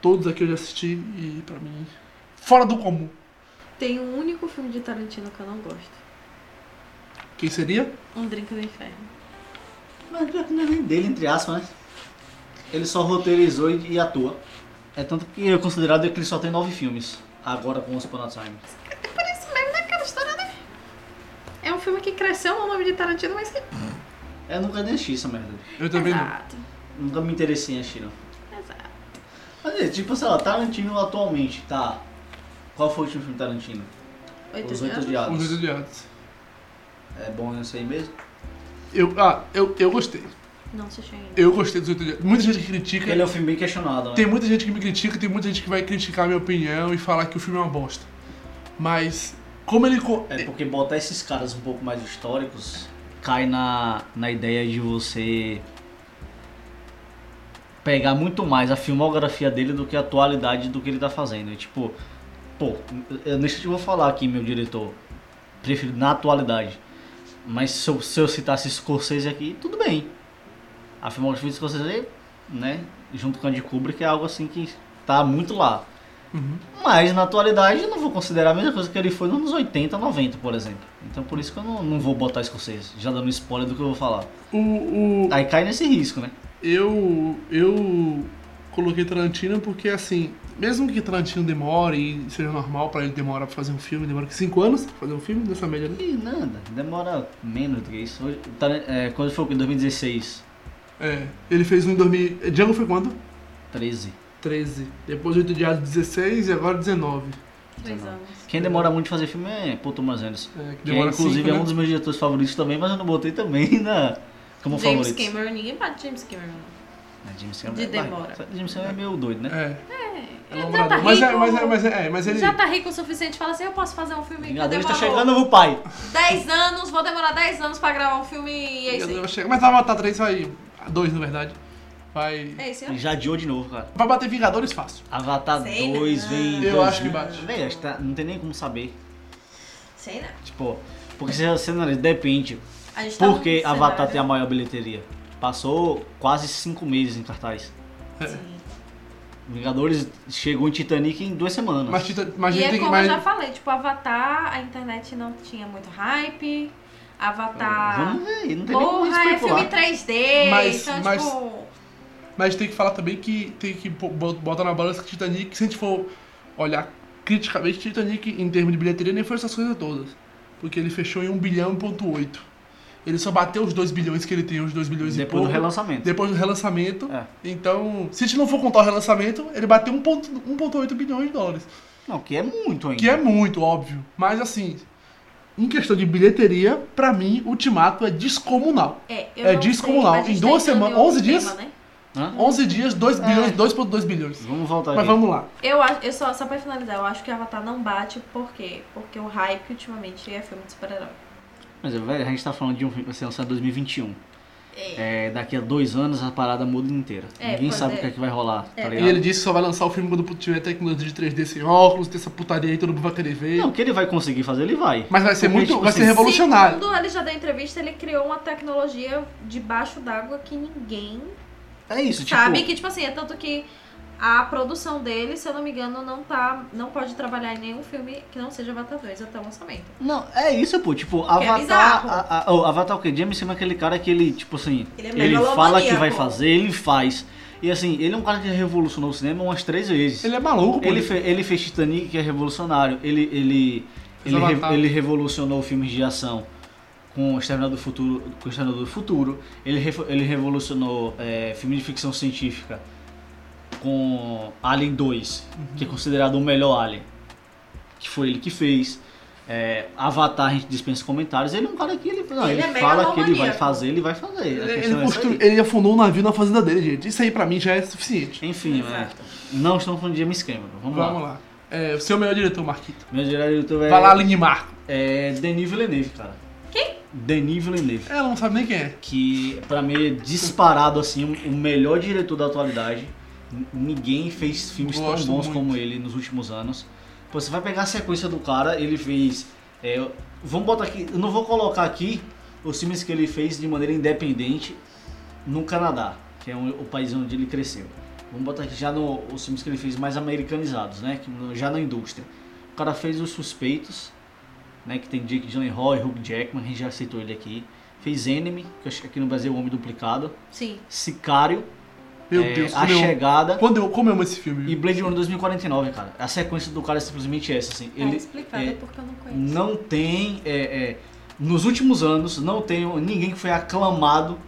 Todos aqui eu já assisti e, pra mim, fora do comum. Tem um único filme de Tarantino que eu não gosto. Quem seria? Um Drink no Inferno. Mas pior que não é nem dele, entre aspas, né? Ele só roteirizou e, e atua. É tanto que é considerado que ele só tem nove filmes. Agora com Once Upon a Time. É Por isso mesmo, naquela história, né? É um filme que cresceu no nome de Tarantino, mas que. Eu nunca nem assisti essa merda. Eu também não. Exato. Nunca me interessei em assistir, não. Exato. Mas é, tipo, sei lá, Tarantino atualmente, tá? Qual foi o último filme de Tarantino? Oito Os Oito anos. Os Odiados. Odiados. É bom isso aí mesmo? Eu, ah, eu, eu gostei. Não assisti ainda. Eu gostei dos Oito Odiados. Muita gente critica. Ele é um filme bem questionado, né? Tem muita gente que me critica, tem muita gente que vai criticar a minha opinião e falar que o filme é uma bosta. Mas, como ele. co- É porque botar esses caras um pouco mais históricos cai na, na ideia de você pegar muito mais a filmografia dele do que a atualidade do que ele tá fazendo. E, tipo, pô, eu nem sei se eu vou falar aqui, meu diretor, preferido na atualidade. Mas se eu, se eu citasse Scorsese aqui, tudo bem. A filmografia de Scorsese, né, junto com a de Kubrick, é algo assim que tá muito lá. Uhum. Mas na atualidade eu não vou considerar a mesma coisa que ele foi nos anos 80, 90, por exemplo. Então por isso que eu não, não vou botar Scorsese, já dando spoiler do que eu vou falar. O, o, Aí cai nesse risco, né? eu, eu coloquei Tarantino porque, assim, mesmo que Tarantino demore e seja normal pra ele demorar pra fazer um filme, demora que 5 anos pra fazer um filme nessa média, né? E nada, demora menos do que isso. Hoje, tá, é, quando foi o quê? 2016, É, ele fez um em 2000. Django foi quando? 13. 13. Depois 8 dias 16 e agora 19. Três anos. Quem demora muito de fazer filme é Paul Thomas Anderson. É, que Que demora é, inclusive cinco, é né? um dos meus diretores favoritos também, mas eu não botei também na... como James favoritos. Cameron, ninguém bate James Cameron. não. É, James Cameron. De é- vai, demora. só- James Cameron é meio doido, né? É, é Ele já tá elaborado. rico. Mas é, mas é, mas é, é, mas ele. Já tá rico o suficiente, fala assim, eu posso fazer um filme que eu Vingadores tá demoro chegando, o pai. 10 anos, vou demorar 10 anos pra gravar um filme e é isso Eu aí. não chego- Mas vai matar três, vai. Dois, na verdade. Vai. É isso Ele aí. já adiou de novo, cara. Vai bater Vingadores fácil. Avatar Sei 2 não. vem em Eu acho que 2000. bate. Véi, acho que tá- não tem nem como saber. Sei não. Tipo, porque se você analisa, depende. A gente tá Por que num Avatar tem a cenário- maior bilheteria? Passou quase 5 meses em cartaz. Sim. Vingadores chegou em Titanic em duas semanas. Mas, Tita- mas a E gente é tem que. como Mas... eu já falei, tipo, Avatar, a internet não tinha muito hype. Ah, Avatar. Vamos ver, não tem nem como Tá. Porra, é filme especular. 3D. Mas- então, mas- tipo. mas tem que falar também que tem que bo- botar na balança que Titanic, se a gente for olhar criticamente, Titanic, em termos de bilheteria, nem foi essas coisas todas. Porque ele fechou em 1 bilhão e ponto 8. Ele só bateu os 2 bilhões que ele tem, os 2 bilhões e Depois pouco. do relançamento. Depois do relançamento. É. Então, se a gente não for contar o relançamento, ele bateu 1,8 bilhões de dólares. Não, que é muito ainda. Que é muito, óbvio. Mas assim, em questão de bilheteria, pra mim, Ultimato é descomunal. É, eu É não descomunal. sei, mas a gente Em tá duas entrando semanas- outro 11 dias? tema, né? 11 dias, 2 É. bilhões, 2.2 bilhões. Vamos voltar Mas aqui. vamos lá. Eu acho, eu só, só pra finalizar, eu acho que Avatar não bate, por quê? Porque o hype ultimamente é filme de super-herói. Mas, velho, a gente tá falando de um filme que vai ser lançado em 2021. É. É, daqui a dois anos a parada muda inteira. É, Ninguém pois sabe é. o que é que vai rolar, tá É. E ligado? ele disse que só vai lançar o filme quando tiver tecnologia de 3D sem óculos, ter essa putaria aí, todo mundo vai querer ver. Não, o que ele vai conseguir fazer, ele vai. Mas vai ser Porque, muito. tipo vai assim, ser revolucionário. Segundo ele já deu entrevista, ele criou uma tecnologia debaixo d'água que ninguém É isso, tipo. sabe. Que, tipo assim, é tanto que a produção dele, se eu não me engano, não, tá, não pode trabalhar em nenhum filme que não seja Avatar 2 até o lançamento. Não, é isso, pô. Tipo, é Avatar. bizarro. a- a- o Avatar o quê? James Cameron é aquele cara que ele, tipo assim, ele, Ele é megalomaníaco. fala que vai fazer, ele faz. E assim, ele é um cara que revolucionou o cinema umas três vezes. Ele, Ele é maluco, pô. fe- ele fez Titanic, que é revolucionário. Ele, ele, Fez ele, re- Avatar. ele revolucionou filmes de ação com o Exterminador do Futuro. Com o Exterminador do Futuro. Ele, revo- ele revolucionou é, filme de ficção científica com Alien 2, Uhum. que é considerado o melhor Alien. Que foi ele que fez. É, Avatar, a gente dispensa comentários. Ele é um cara que ele, não, Ele ele é fala que ele vai megalomaníaco. fazer, ele vai fazer. A Ele, ele questão é essa construiu- aí. ele afundou um navio na fazenda dele, gente. Isso aí pra mim já é suficiente. Enfim, né? Exato. não estamos falando de James Cameron. Vamos, Vamos lá. lá. É, você é o melhor diretor, Marquito. Meu diretor é, Vai lá, Aline Marco. é Denis Villeneuve, cara. Quem? Denis Villeneuve. Ela não sabe nem quem é. Que pra mim é disparado assim, o melhor diretor da atualidade. N- Ninguém fez filmes Gosto tão bons muito. como ele nos últimos anos. Pô, você vai pegar a sequência do cara, ele fez. é, vamos botar aqui. Eu não vou colocar aqui os filmes que ele fez de maneira independente no Canadá, que é um- o país onde ele cresceu. Vamos botar aqui já no, os filmes que ele fez mais americanizados, né? que no- já na indústria. O cara fez Os Suspeitos, né? Que tem Jake Gyllenhaal e Hugh Jackman, a gente já citou ele aqui. Fez Enemy, que eu acho que aqui no Brasil é o Homem Duplicado. Sim. Sicário, Meu é, Deus, A como eu, Chegada. quando eu, como eu amo esse filme. E viu? Blade Runner 2049, cara. A sequência do cara é simplesmente essa, assim. Ele, é Ele explicado é, porque eu não conheço. não tem. é, é, nos últimos anos, não tem ninguém que foi aclamado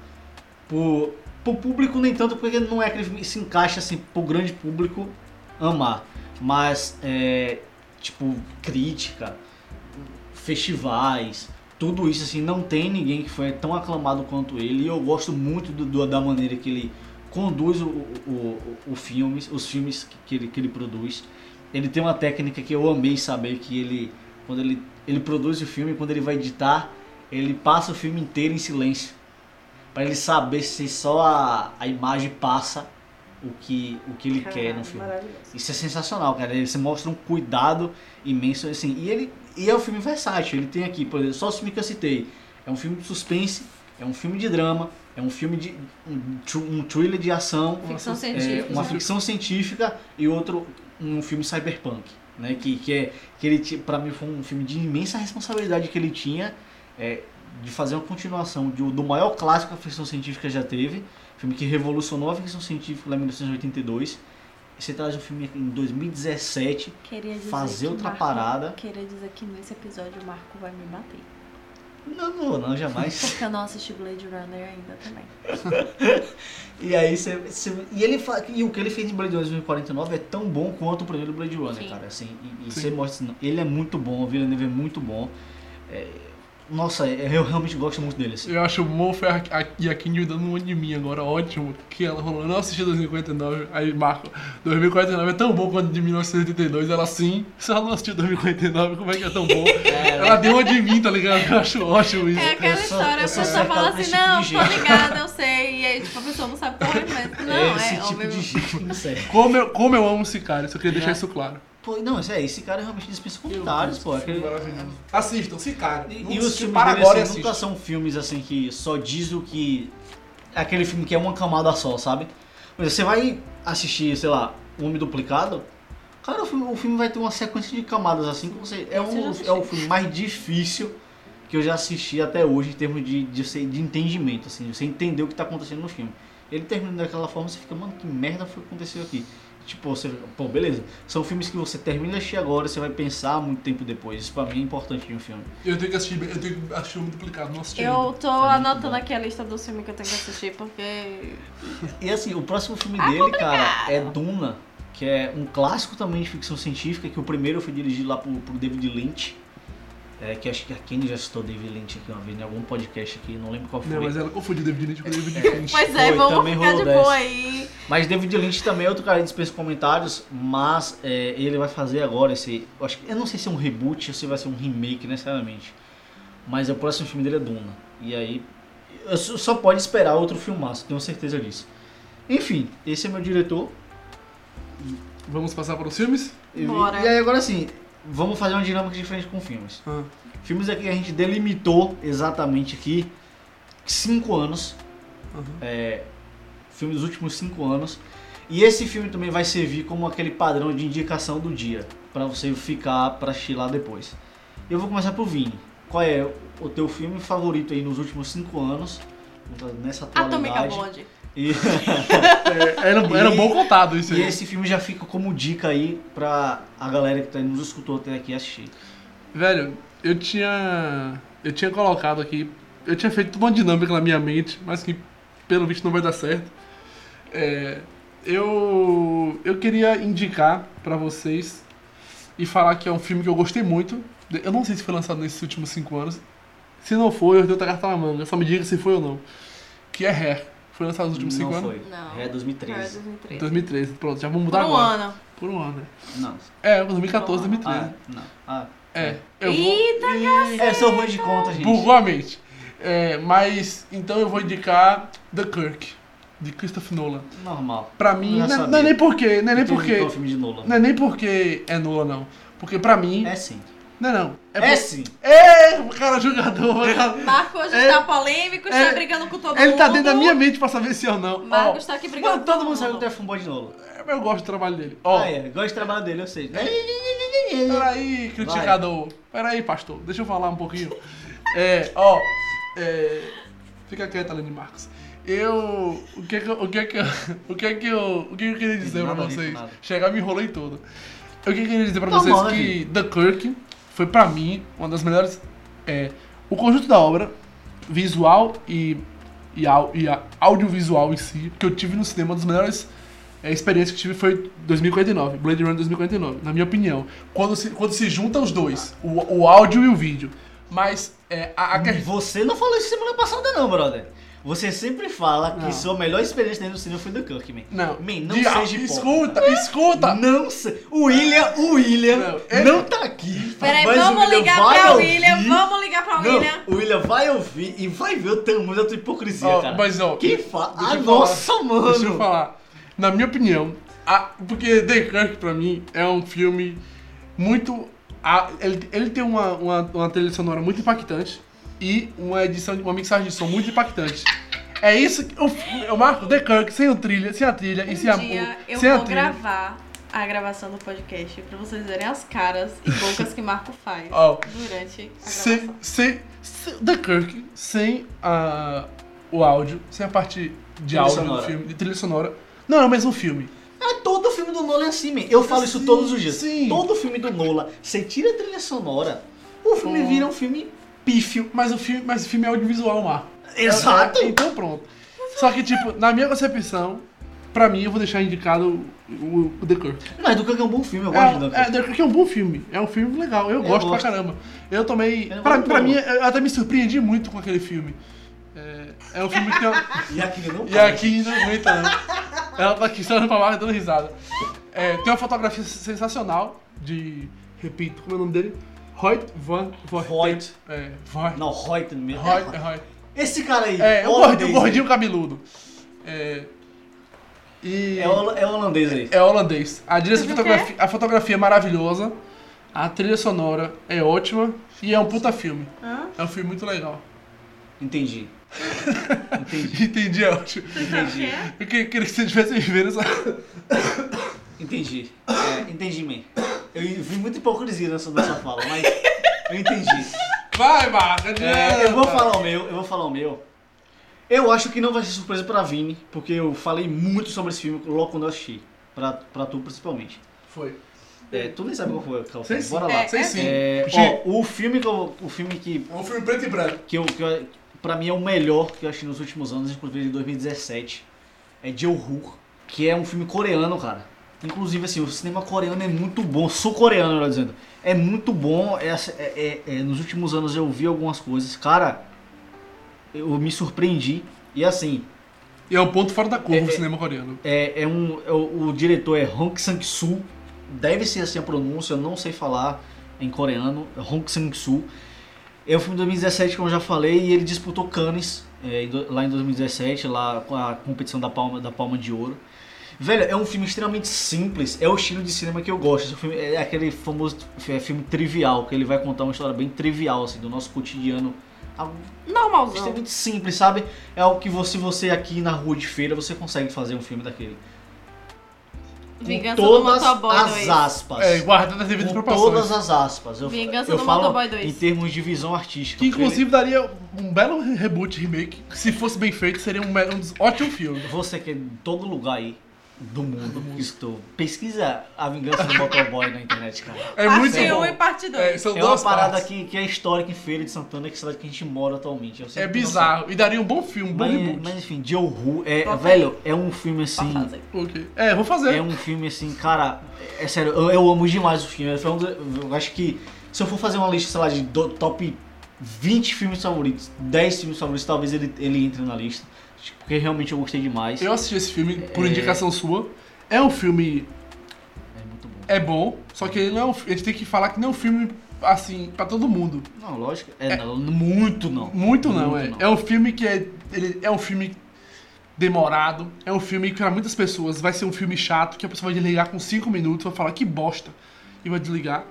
por, por público, nem tanto, porque não é aquele filme que se encaixa assim pro grande público amar. Mas, é, tipo, crítica, festivais, tudo isso, assim, não tem ninguém que foi tão aclamado quanto ele. E eu gosto muito do- do- da maneira que ele conduz o, o, o, o filmes, os filmes que, que ele, que ele produz. Ele tem uma técnica que eu amei saber que ele quando ele, ele produz o filme, quando ele vai editar, ele passa o filme inteiro em silêncio. Pra ele saber se só a, a imagem passa o que, o que ele quer no Caralho, filme. Maravilhoso. Isso é sensacional, cara. Ele se mostra um cuidado imenso, assim. E ele e é um filme versátil. Ele tem aqui, por exemplo, só os filmes que eu citei. É um filme de suspense, é um filme de drama, é um filme de. um, thr- um thriller de ação, Ficção Nossa, é, científica. uma né? ficção científica e outro um filme cyberpunk, né? Que, que é que ele ti- pra mim foi um filme de imensa responsabilidade que ele tinha é, de fazer uma continuação de, um- do maior clássico que a ficção científica já teve, filme que revolucionou a ficção científica lá em 1982. E você traz um filme em 2017, Queria dizer fazer que outra Marco- parada. Queria dizer que nesse episódio o Marco vai me bater. não, não, não jamais. Porque eu não assisti Blade Runner ainda também. e aí você, você- e ele fa- e o que ele fez em Blade Runner 2049 é tão bom quanto o primeiro Blade Runner, Sim. cara, assim, e, e Sim. você mostra, assim, ele é muito bom, o Villeneuve é muito bom. É, nossa, é- eu realmente gosto muito dele assim. Eu acho o Mofa e a Kindle dando um de mim agora, ótimo. Que ela falou, eu não assisti 2049. Aí, Marco, 2049 é tão bom quanto de 1982. Ela, sim, se ela não assistiu 2049, como é que é tão bom? ela deu uma de mim, tá ligado? Eu acho ótimo isso. É aquela Eu sou- história, a eu sou pessoa cercado fala assim, desse não, tipo de tô gente." ligada, eu sei. E aí, tipo, a pessoa não sabe porra, mas não, é é, esse tipo óbvio. de gente que não serve. Como eu, como eu amo esse cara, isso eu queria deixar É. isso claro. Pô, não, esse, é, esse cara realmente dispensa comentários, pô. é Aquele- Maravilhoso. Assistam, se cara. E, Não e os assistiu, filmes para dele agora e assim, nunca assiste. são filmes assim que só diz o que. Aquele filme que é uma camada só, sabe? Por exemplo, Você vai assistir, sei lá, O Homem Duplicado. Cara, o filme, o filme vai ter uma sequência de camadas assim que você. É, Esse eu já um, assisti. é o filme mais difícil que eu já assisti até hoje em termos de, de, você- de entendimento, assim, de você entender o que tá acontecendo no filme. Ele termina daquela forma, você fica, mano, que merda foi que aconteceu aqui? Tipo, você fica, pô, beleza. São filmes que você termina de assistir agora, você vai pensar muito tempo depois. Isso pra mim é importante de um filme. Eu tenho que assistir, eu tenho que assistir muito duplicado, não assisti. Eu muito tô anotando bom. aqui a lista do filme que eu tenho que assistir, porque. E assim, o próximo filme dele, cara, é Duna, que é um clássico também de ficção científica, que o primeiro foi dirigido lá por, por David Lynch. É, que acho que a Kenny já citou David Lynch aqui uma vez, em algum podcast aqui, não lembro qual foi. Não, mas ela confundiu David Lynch com David Lynch. Pois é, Foi, vamos também ficar de rolou boa dessa. aí. Mas David Lynch também é outro cara que dispensa comentários, mas é, ele vai fazer agora esse. Eu, acho que- eu não sei se é um reboot ou se vai ser um remake necessariamente. Mas o próximo filme dele é Duna. E aí. eu só só pode esperar outro filmaço, tenho certeza disso. Enfim, esse é meu diretor. Vamos passar para os filmes? E, Bora. e aí agora sim, vamos fazer uma dinâmica diferente com filmes. Ah. Filmes aqui a gente delimitou exatamente aqui cinco anos. É, Aham. Filme dos últimos cinco anos. E esse filme também vai servir como aquele padrão de indicação do dia. Pra você ficar pra chilar depois. Eu vou começar pro Vini. Qual é o teu filme favorito aí nos últimos cinco anos? Nessa Atômica atualidade. Blonde. E, É, era, era E- bom contado isso e aí. esse filme já fica como dica aí pra a galera que tá- nos escutou até aqui assistir. Velho, eu tinha. Eu tinha colocado aqui. Eu tinha feito uma dinâmica na minha mente, mas que pelo visto não vai dar certo. É, eu. Eu queria indicar pra vocês e falar que é um filme que eu gostei muito. Eu não sei se foi lançado nesses últimos cinco anos. Se não foi, eu tenho outra carta na manga. Só me diga se foi ou não. Que é Hair. Foi lançado nos últimos não cinco anos? foi. Não. É Cara, 2013. 2013. 2013. Pronto, já vamos Por mudar um agora. ano. um Por um ano, né? Não. É, 2014, 2013. Ah, não. Ah. É. Eita, É, eu sou ruim de conta, gente. Bugou a mente. É, mas, então eu vou indicar The Kirk, de Christopher Nolan. Normal. Pra mim, Eu já não, sabia. não é nem porque, não é nem Tem um que indicar porque, o filme de Nolan. não é nem porque é Nolan, não. Porque pra mim. É sim. Não, não. É sim. É, o cara é jogador. cara. Marco hoje É. tá polêmico, está É. brigando com todo mundo. Ele tá dentro da minha mente pra saber se é ou não. Ó, Marcos tá aqui brigando Mano, com todo mundo sabe que tu é fumbó de novo. eu gosto do trabalho dele. Ó, Ah, é. Gosto de trabalho dele, eu sei. né? Peraí, criticador. Peraí, pastor. Deixa eu falar um pouquinho. É, ó. é, fica quieto, Aline Marcos. Eu. O que é que eu. O que é que eu. O que é que eu, o que eu queria dizer pra Nada disso, vocês? nada. Chegar, me enrolei todo. Eu que queria dizer pra Tá vocês bom, né, que The Kirk foi pra mim uma das melhores. É, o conjunto da obra, visual e, e, au- e a- audiovisual em si, que eu tive no cinema, uma das melhores é, experiências que tive foi 2049, Blade Runner 2049, na minha opinião. Quando se, quando se juntam os dois, o, o áudio e o vídeo. Mas é, a, a Hum. questão. Você não falou isso semana passada, não, brother. Você sempre fala Não. que sua melhor experiência dentro do cinema foi do Kirk, man. Não, Man, não Dia- seja hipócrita. Escuta, escuta! Não sei. O William, o William Não, não, ele- tá aqui. Peraí, mas vamos o William ligar vai pra ouvir. William, vamos ligar pra Não, William. o William vai ouvir e vai ver o tamanho da tua hipocrisia, Ó, cara. mas, ó, Quem fala? deixa Ah, eu falar. nossa, mano. Deixa eu falar. Na minha opinião, a- porque The Kirk pra mim é um filme muito. a- ele, ele tem uma, uma, uma trilha sonora muito impactante e uma edição, uma mixagem de som muito impactante. É isso que. Eu, marco The Kirk sem o trilha, sem a trilha e sem a Um dia eu sem a vou trilha. gravar a gravação do podcast pra vocês verem as caras e bocas que Marco faz Ó, durante a gravação. sem, sem, sem- The Kirk sem a, o áudio, sem a parte de Trilha áudio do sonora. filme, de trilha sonora. Não é o mesmo filme. É todo filme do Nolan é assim, man. Eu falo isso Sim, todos os dias. sim. Todo filme do Nolan, você tira a trilha sonora, o filme Hum. vira um filme pífio. Mas o filme, mas o filme é audiovisual, Marco. Exato. É, Então pronto. Só que, tipo, na minha concepção, pra mim, eu vou deixar indicado o, o The Kirk. Mas do Kirk é um bom filme, eu gosto do É, Kirk. é, The Kirk é um bom filme. É um filme legal. Eu, gosto, gosto. pra caramba. Eu tomei... Eu não pra gosto pra do mim, eu até me surpreendi muito com aquele filme. É, é um filme que tem... uma- E aqui não E aqui não aguenta, não. Ela tá aqui, só olhando pra barra e dando risada. É, tem uma fotografia sensacional de... Repito, como é o nome dele? Hoyt Van... Voight. É, Voight. Não, Reuten mesmo. Hoyt, é Hoyt. Esse cara aí. É, o holandês, gordinho, o gordinho cabeludo. É. E. É, hol- é holandês aí. é holandês. A direção Mas o fotografia, a fotografia é maravilhosa. A trilha sonora é ótima. E é um puta filme. Hã? É um filme muito legal. Entendi. Entendi. Entendi, eu acho. Sabe o que é? Eu que- queria que vocês tivessem vendo essa. Entendi. É, entendi, man. Eu vi muita hipocrisia nessa, nessa fala, mas eu entendi. Vai, Marca, adianta. É, eu vou falar o meu, eu vou falar o meu. Eu acho que não vai ser surpresa pra Vini, porque eu falei muito sobre esse filme logo quando eu assisti. Pra, pra tu, principalmente. Foi. É, tu nem sabe qual foi, Carlos. Sei sim. Bora lá. É, Sei sim. É, Gente, ó, o filme que eu- o filme que, é um filme preto e branco. que, eu, que eu- pra mim é o melhor que eu achei nos últimos anos, inclusive em 2017, é Jeo Hook, que é um filme coreano, cara. Inclusive, assim, o cinema coreano é muito bom, sul-coreano, melhor dizendo. É muito bom. é assim, é- é- é, nos últimos anos eu vi algumas coisas. Cara, eu me surpreendi. E assim, E é um ponto fora da curva o cinema coreano. é, é um, é o, o diretor é Hong Sang-soo. Deve ser assim a pronúncia, eu não sei falar em coreano. É Hong Sang-soo. É um filme de 2017, como eu já falei, e ele disputou Cannes é, em do- lá em 2017, lá com a competição da Palma, da Palma de Ouro. Velho, é um filme extremamente simples, é o estilo de cinema que eu gosto. Esse filme é aquele famoso é, filme trivial, que ele vai contar uma história bem trivial, assim, do nosso cotidiano. Algo Normalzão. extremamente simples, sabe? É algo que você, você aqui na rua de feira, você consegue fazer um filme daquele. Com Vingança do todas Motoboy as 2. aspas. É, guardando as devidas com proporções. todas as aspas. Eu, Vingança eu do falo Motoboy 2. em termos de visão artística. Que porque inclusive daria um belo reboot, remake. Se fosse bem feito, seria um, belo- um dos ótimos filmes. Você que é em todo lugar aí do mundo, que estou. Pesquisa a vingança do Motoboy na internet, cara. É muito parte 1 bom. um e parte 2. É, são É uma duas parada partes. que, que é histórica em Feira de Santana, que é a cidade que a gente mora atualmente. Eu sei É que não bizarro. E daria um bom filme, sei. um bom Mas, reboot. mas enfim, Joe Who é, Bota velho, é um filme assim. Ok. É, vou fazer. É um filme assim, cara. É sério, eu, eu amo demais o filme. Foi um do- eu acho que se eu for fazer uma lista, sei lá, de do- top 20 filmes favoritos, 10 filmes favoritos, talvez ele, ele entre na lista. Acho que- Porque realmente eu gostei demais. Eu assisti esse filme por indicação sua. É um filme. É muito bom. É bom, só que ele não é um, fi- A gente tem que falar que não é um filme assim, pra todo mundo. Não, lógico. É, não, muito não. Muito não, é. É um filme que é. Ele é um filme demorado. É um filme que pra muitas pessoas vai ser um filme chato, que a pessoa vai desligar com 5 minutos, vai falar que bosta. E vai desligar.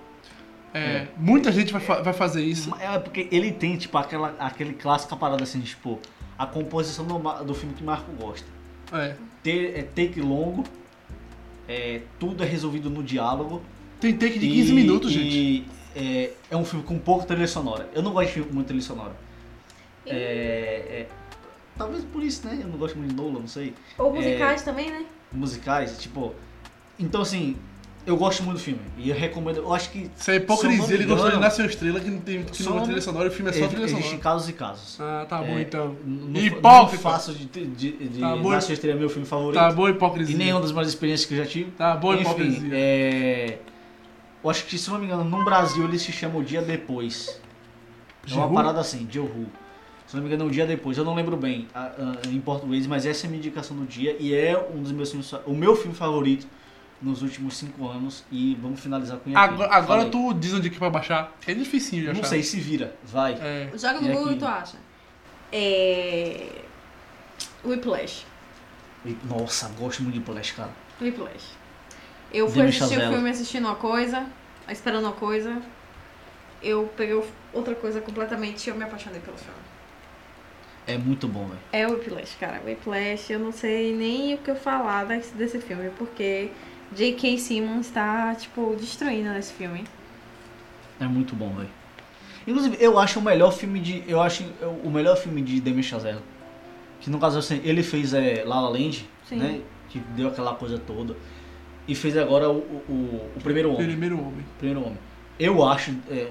É, Muita gente vai, fa- vai fazer isso. É porque ele tem, tipo, aquela, aquele clássica parada assim, tipo, a composição do, Ma- do filme que Marco gosta. É. Ter, é take longo, é, tudo é resolvido no diálogo. Tem take de e- 15 minutos, e, gente. É, é um filme com pouco trilha sonora. Eu não gosto de filme com muita trilha sonora. É, é, talvez por isso, né? Eu não gosto muito de Nolan, não sei. É. Ou musicais também, né? Musicais, tipo. Então, assim, eu gosto muito do filme. E eu recomendo. Eu acho que Isso é se eu não hipocrisia. me Ele gostou de engano- Nasceu Estrela, que não tem que Se eu não não me- tem trilha sonora, o filme é só trilha existem sonora. casos e casos. Ah, tá bom É, então. Não, não Hipócrita. faço de, de, de Tá bom. Nasce Estrela meu filme favorito. Tá boa a e hipocrisia. nenhuma das maiores experiências que eu já tive. Tá boa a Enfim, hipocrisia. é... Eu acho que, se não me engano, no Brasil ele se chama O Dia Depois. É uma Jehu? parada assim, de Who. Se não me engano, é O Dia Depois. Eu não lembro bem ah, ah, em português, mas essa é a minha indicação do dia. E é um dos meus filmes... fa- O meu filme favorito nos últimos cinco anos. E vamos finalizar com Inhaquim. Agora, agora Falei. tu diz onde que vai baixar. É dificinho de achar. Não sei, se vira. Vai. É. Joga E no Google aqui? e tu acha. É. Whiplash. E- Nossa, gosto muito de Polish, cara. Whiplash. Eu fui Demi assistir Chazelle. o filme assistindo uma coisa, esperando uma coisa. Eu peguei outra coisa completamente e eu me apaixonei pelo filme. É muito bom, velho. É o Whiplash, cara. Whiplash, eu não sei nem o que eu falar desse, desse filme, porque J.K. Simmons tá, tipo, destruindo nesse filme. É muito bom, velho. Inclusive, eu acho o melhor filme de. Eu acho o melhor filme de Demi Chazelle. Que no caso assim, ele fez é, La La Land, Sim. né? Que deu aquela coisa toda. E fez agora o, o, o Primeiro Homem. Primeiro homem. Primeiro Homem. Eu acho, é,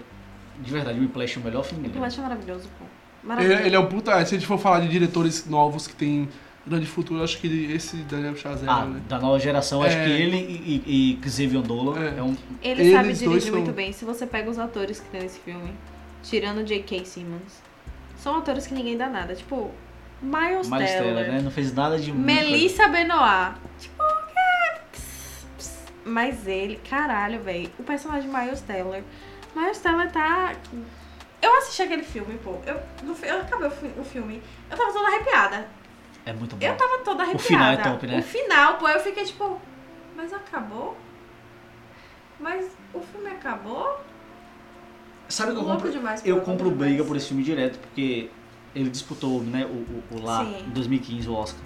de verdade, o Whiplash é o melhor filme dele. Whiplash é maravilhoso, pô. Ele, Maravilhoso. ele é um puta. Se a gente for falar de diretores novos que tem grande futuro, eu acho que ele- esse Daniel Chazelle, Ah, né? da nova geração, acho É. que ele e, e, e Xavier Dolan é. É. um. Ele Eles sabe dois dirigir são- muito bem. Se você pega os atores que tem nesse filme, tirando J.K. Simmons, são atores que ninguém dá nada. Tipo, Miles, Miles Teller, Teller, né? Não fez nada de. muito- Melissa Benoit. Tipo, é, ps, ps. mas ele, caralho, velho. O personagem Miles Teller. Miles Teller tá. Eu assisti aquele filme, pô. Eu, no fi- eu acabei o, fi- o filme. Eu tava toda arrepiada. É muito bom. Eu tava toda arrepiada. final é top, né? O final, pô, eu fiquei tipo, mas acabou? Mas o filme acabou? Sabe o que eu Louco compro? demais. Eu pô, compro louco briga demais. por esse filme direto, porque ele disputou né, o, o, o lá Sim. em 2015 o Oscar.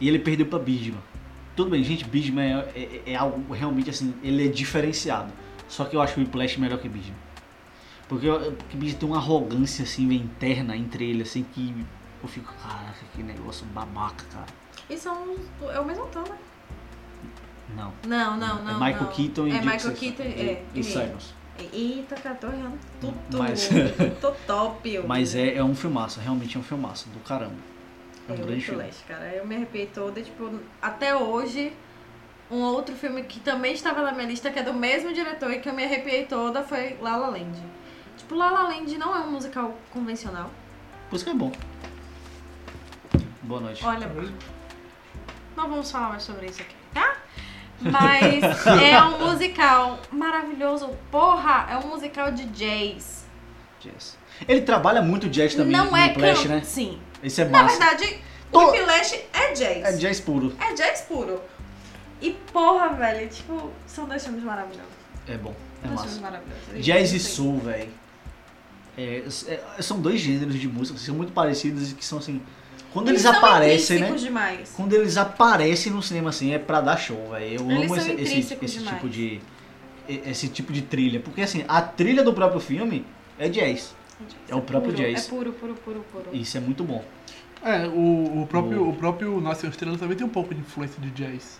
E ele perdeu pra Bidman. Tudo bem, gente, Bidman é, é- é algo realmente assim, ele é diferenciado. Só que eu acho o Whiplash melhor que Bidman. Porque, eu- porque Bidman tem uma arrogância assim, meio interna entre ele, assim, que eu fico, caraca, que negócio babaca, cara. E são. É o mesmo tom, né? Não. Não, não, não. é Michael não. Keaton e É Jake Michael Sisson. Keaton, e, é. e Simons. Eita, cara, tô errando tudo. Mas- tô top. eu. Mas é, é um filmaço, realmente é um filmaço, do caramba. É um É, grande muito filme. leste, cara. Eu me arrepiei toda, tipo, até hoje. Um outro filme que também estava na minha lista, que é do mesmo diretor e que eu me arrepiei toda, foi La La Land. Tipo, La La Land não é um musical convencional. Por isso que é bom. Boa noite. Olha, não vamos falar mais sobre isso aqui, tá? Mas é um musical maravilhoso. Porra, é um musical de jazz. Jazz. Ele trabalha muito jazz também não no é Flash, can- né? Sim. Isso é Na massa. verdade, Tô- o Whiplash é jazz. É jazz puro. É jazz puro. E porra, velho, tipo, são dois filmes maravilhosos. É bom, é dois massa. filmes maravilhosos. assim. Jazz e Sim. soul, velho. É, é, são dois gêneros de música que são muito parecidos e que são assim. Quando eles, são aparecem, né? intrínsecos demais. Quando eles aparecem no cinema assim, é pra dar show, velho. Eu Eles amo são esse, esse- intrínsecos esse demais. tipo de. e- Esse tipo de trilha. Porque assim, a trilha do próprio filme é jazz. É o próprio puro, jazz. É puro, puro, puro, puro. Isso é muito bom. É, o, o próprio, o próprio Nasceu Estrela também tem um pouco de influência de jazz.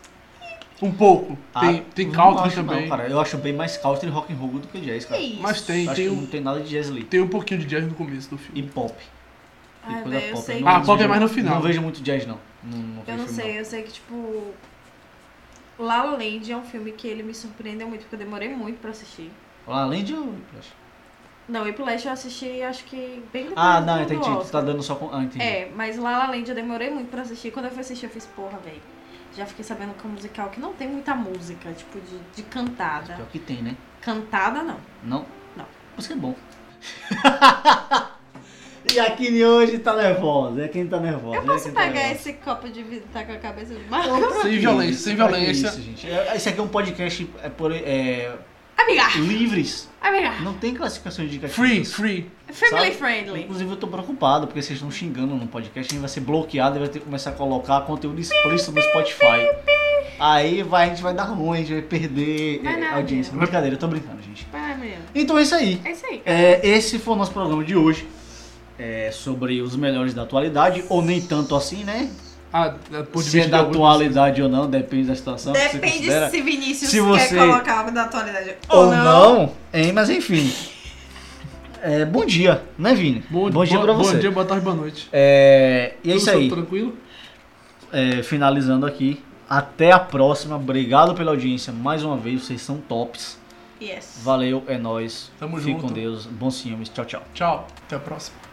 Um pouco. Tem, Ah, tem não country acho não, também. cara. Eu acho bem mais country e rock and roll do que jazz, cara. isso? Mas tem, Acho tem que um, não tem nada de jazz ali. tem um pouquinho de jazz no começo do filme. E pop. E Ai, coisa velho, eu pop. sei. Eu que- não Ah, vejo- pop é mais no final. Não vejo muito jazz, não. Não, não Eu vejo não filme, sei, eu sei que, tipo. La La Land é um filme que ele me surpreendeu muito, porque eu demorei muito pra assistir. não. Ah, Além de. Não, Whiplash eu assisti, acho que bem depois Ah, do não, do entendi. Tu tá Oscar. dando só com. Ah, entendi. É, mas La La Land eu demorei muito pra assistir. Quando eu fui assistir, eu fiz, porra, velho. Já fiquei sabendo que é um musical que não tem muita música, tipo, de, de cantada. Pior que tem, né? Cantada, não. Não? Não. Mas que é bom. e a Kini hoje tá nervosa. É quem tá nervosa. Eu é posso quem tá pegar nervosa. esse copo de vidro e tá com a cabeça de mar? Pra Sem que violência, isso? sem Pra que violência. Isso, gente. É, Esse aqui é um podcast é, por, é, Amiga! livres Amiga, Não tem classificação indicativa. Free, free. family Sabe? friendly. Inclusive, eu tô preocupado, porque vocês estão xingando no podcast, a gente vai ser bloqueado e vai ter que começar a colocar conteúdo explícito no Spotify. Aí vai, a gente vai dar ruim, a gente vai perder Vai eh, nada. audiência. Brincadeira, eu tô brincando, gente. Vai, menino. Então é isso aí. É isso aí. É, esse foi o nosso programa de hoje. É, sobre os melhores da atualidade, ou nem tanto assim, né? Ah, é, por se é dividir da alguns- atualidade ou não, depende da situação que você Depende considera. se Vinícius se quer você- Oh, colocar algo da atualidade ou não, hein? Mas enfim. É, bom dia, né, Vini? Bom, dia bom- pra você. Bom dia, boa tarde, boa noite. É, e é isso Tudo aí. Tranquilo? É, finalizando aqui. Até a próxima. Obrigado pela audiência mais uma vez. Vocês são tops. Yes. Valeu, é nóis. Tamo Fique junto. com Deus. Bons filmes. Tchau, tchau. Tchau. Até a próxima.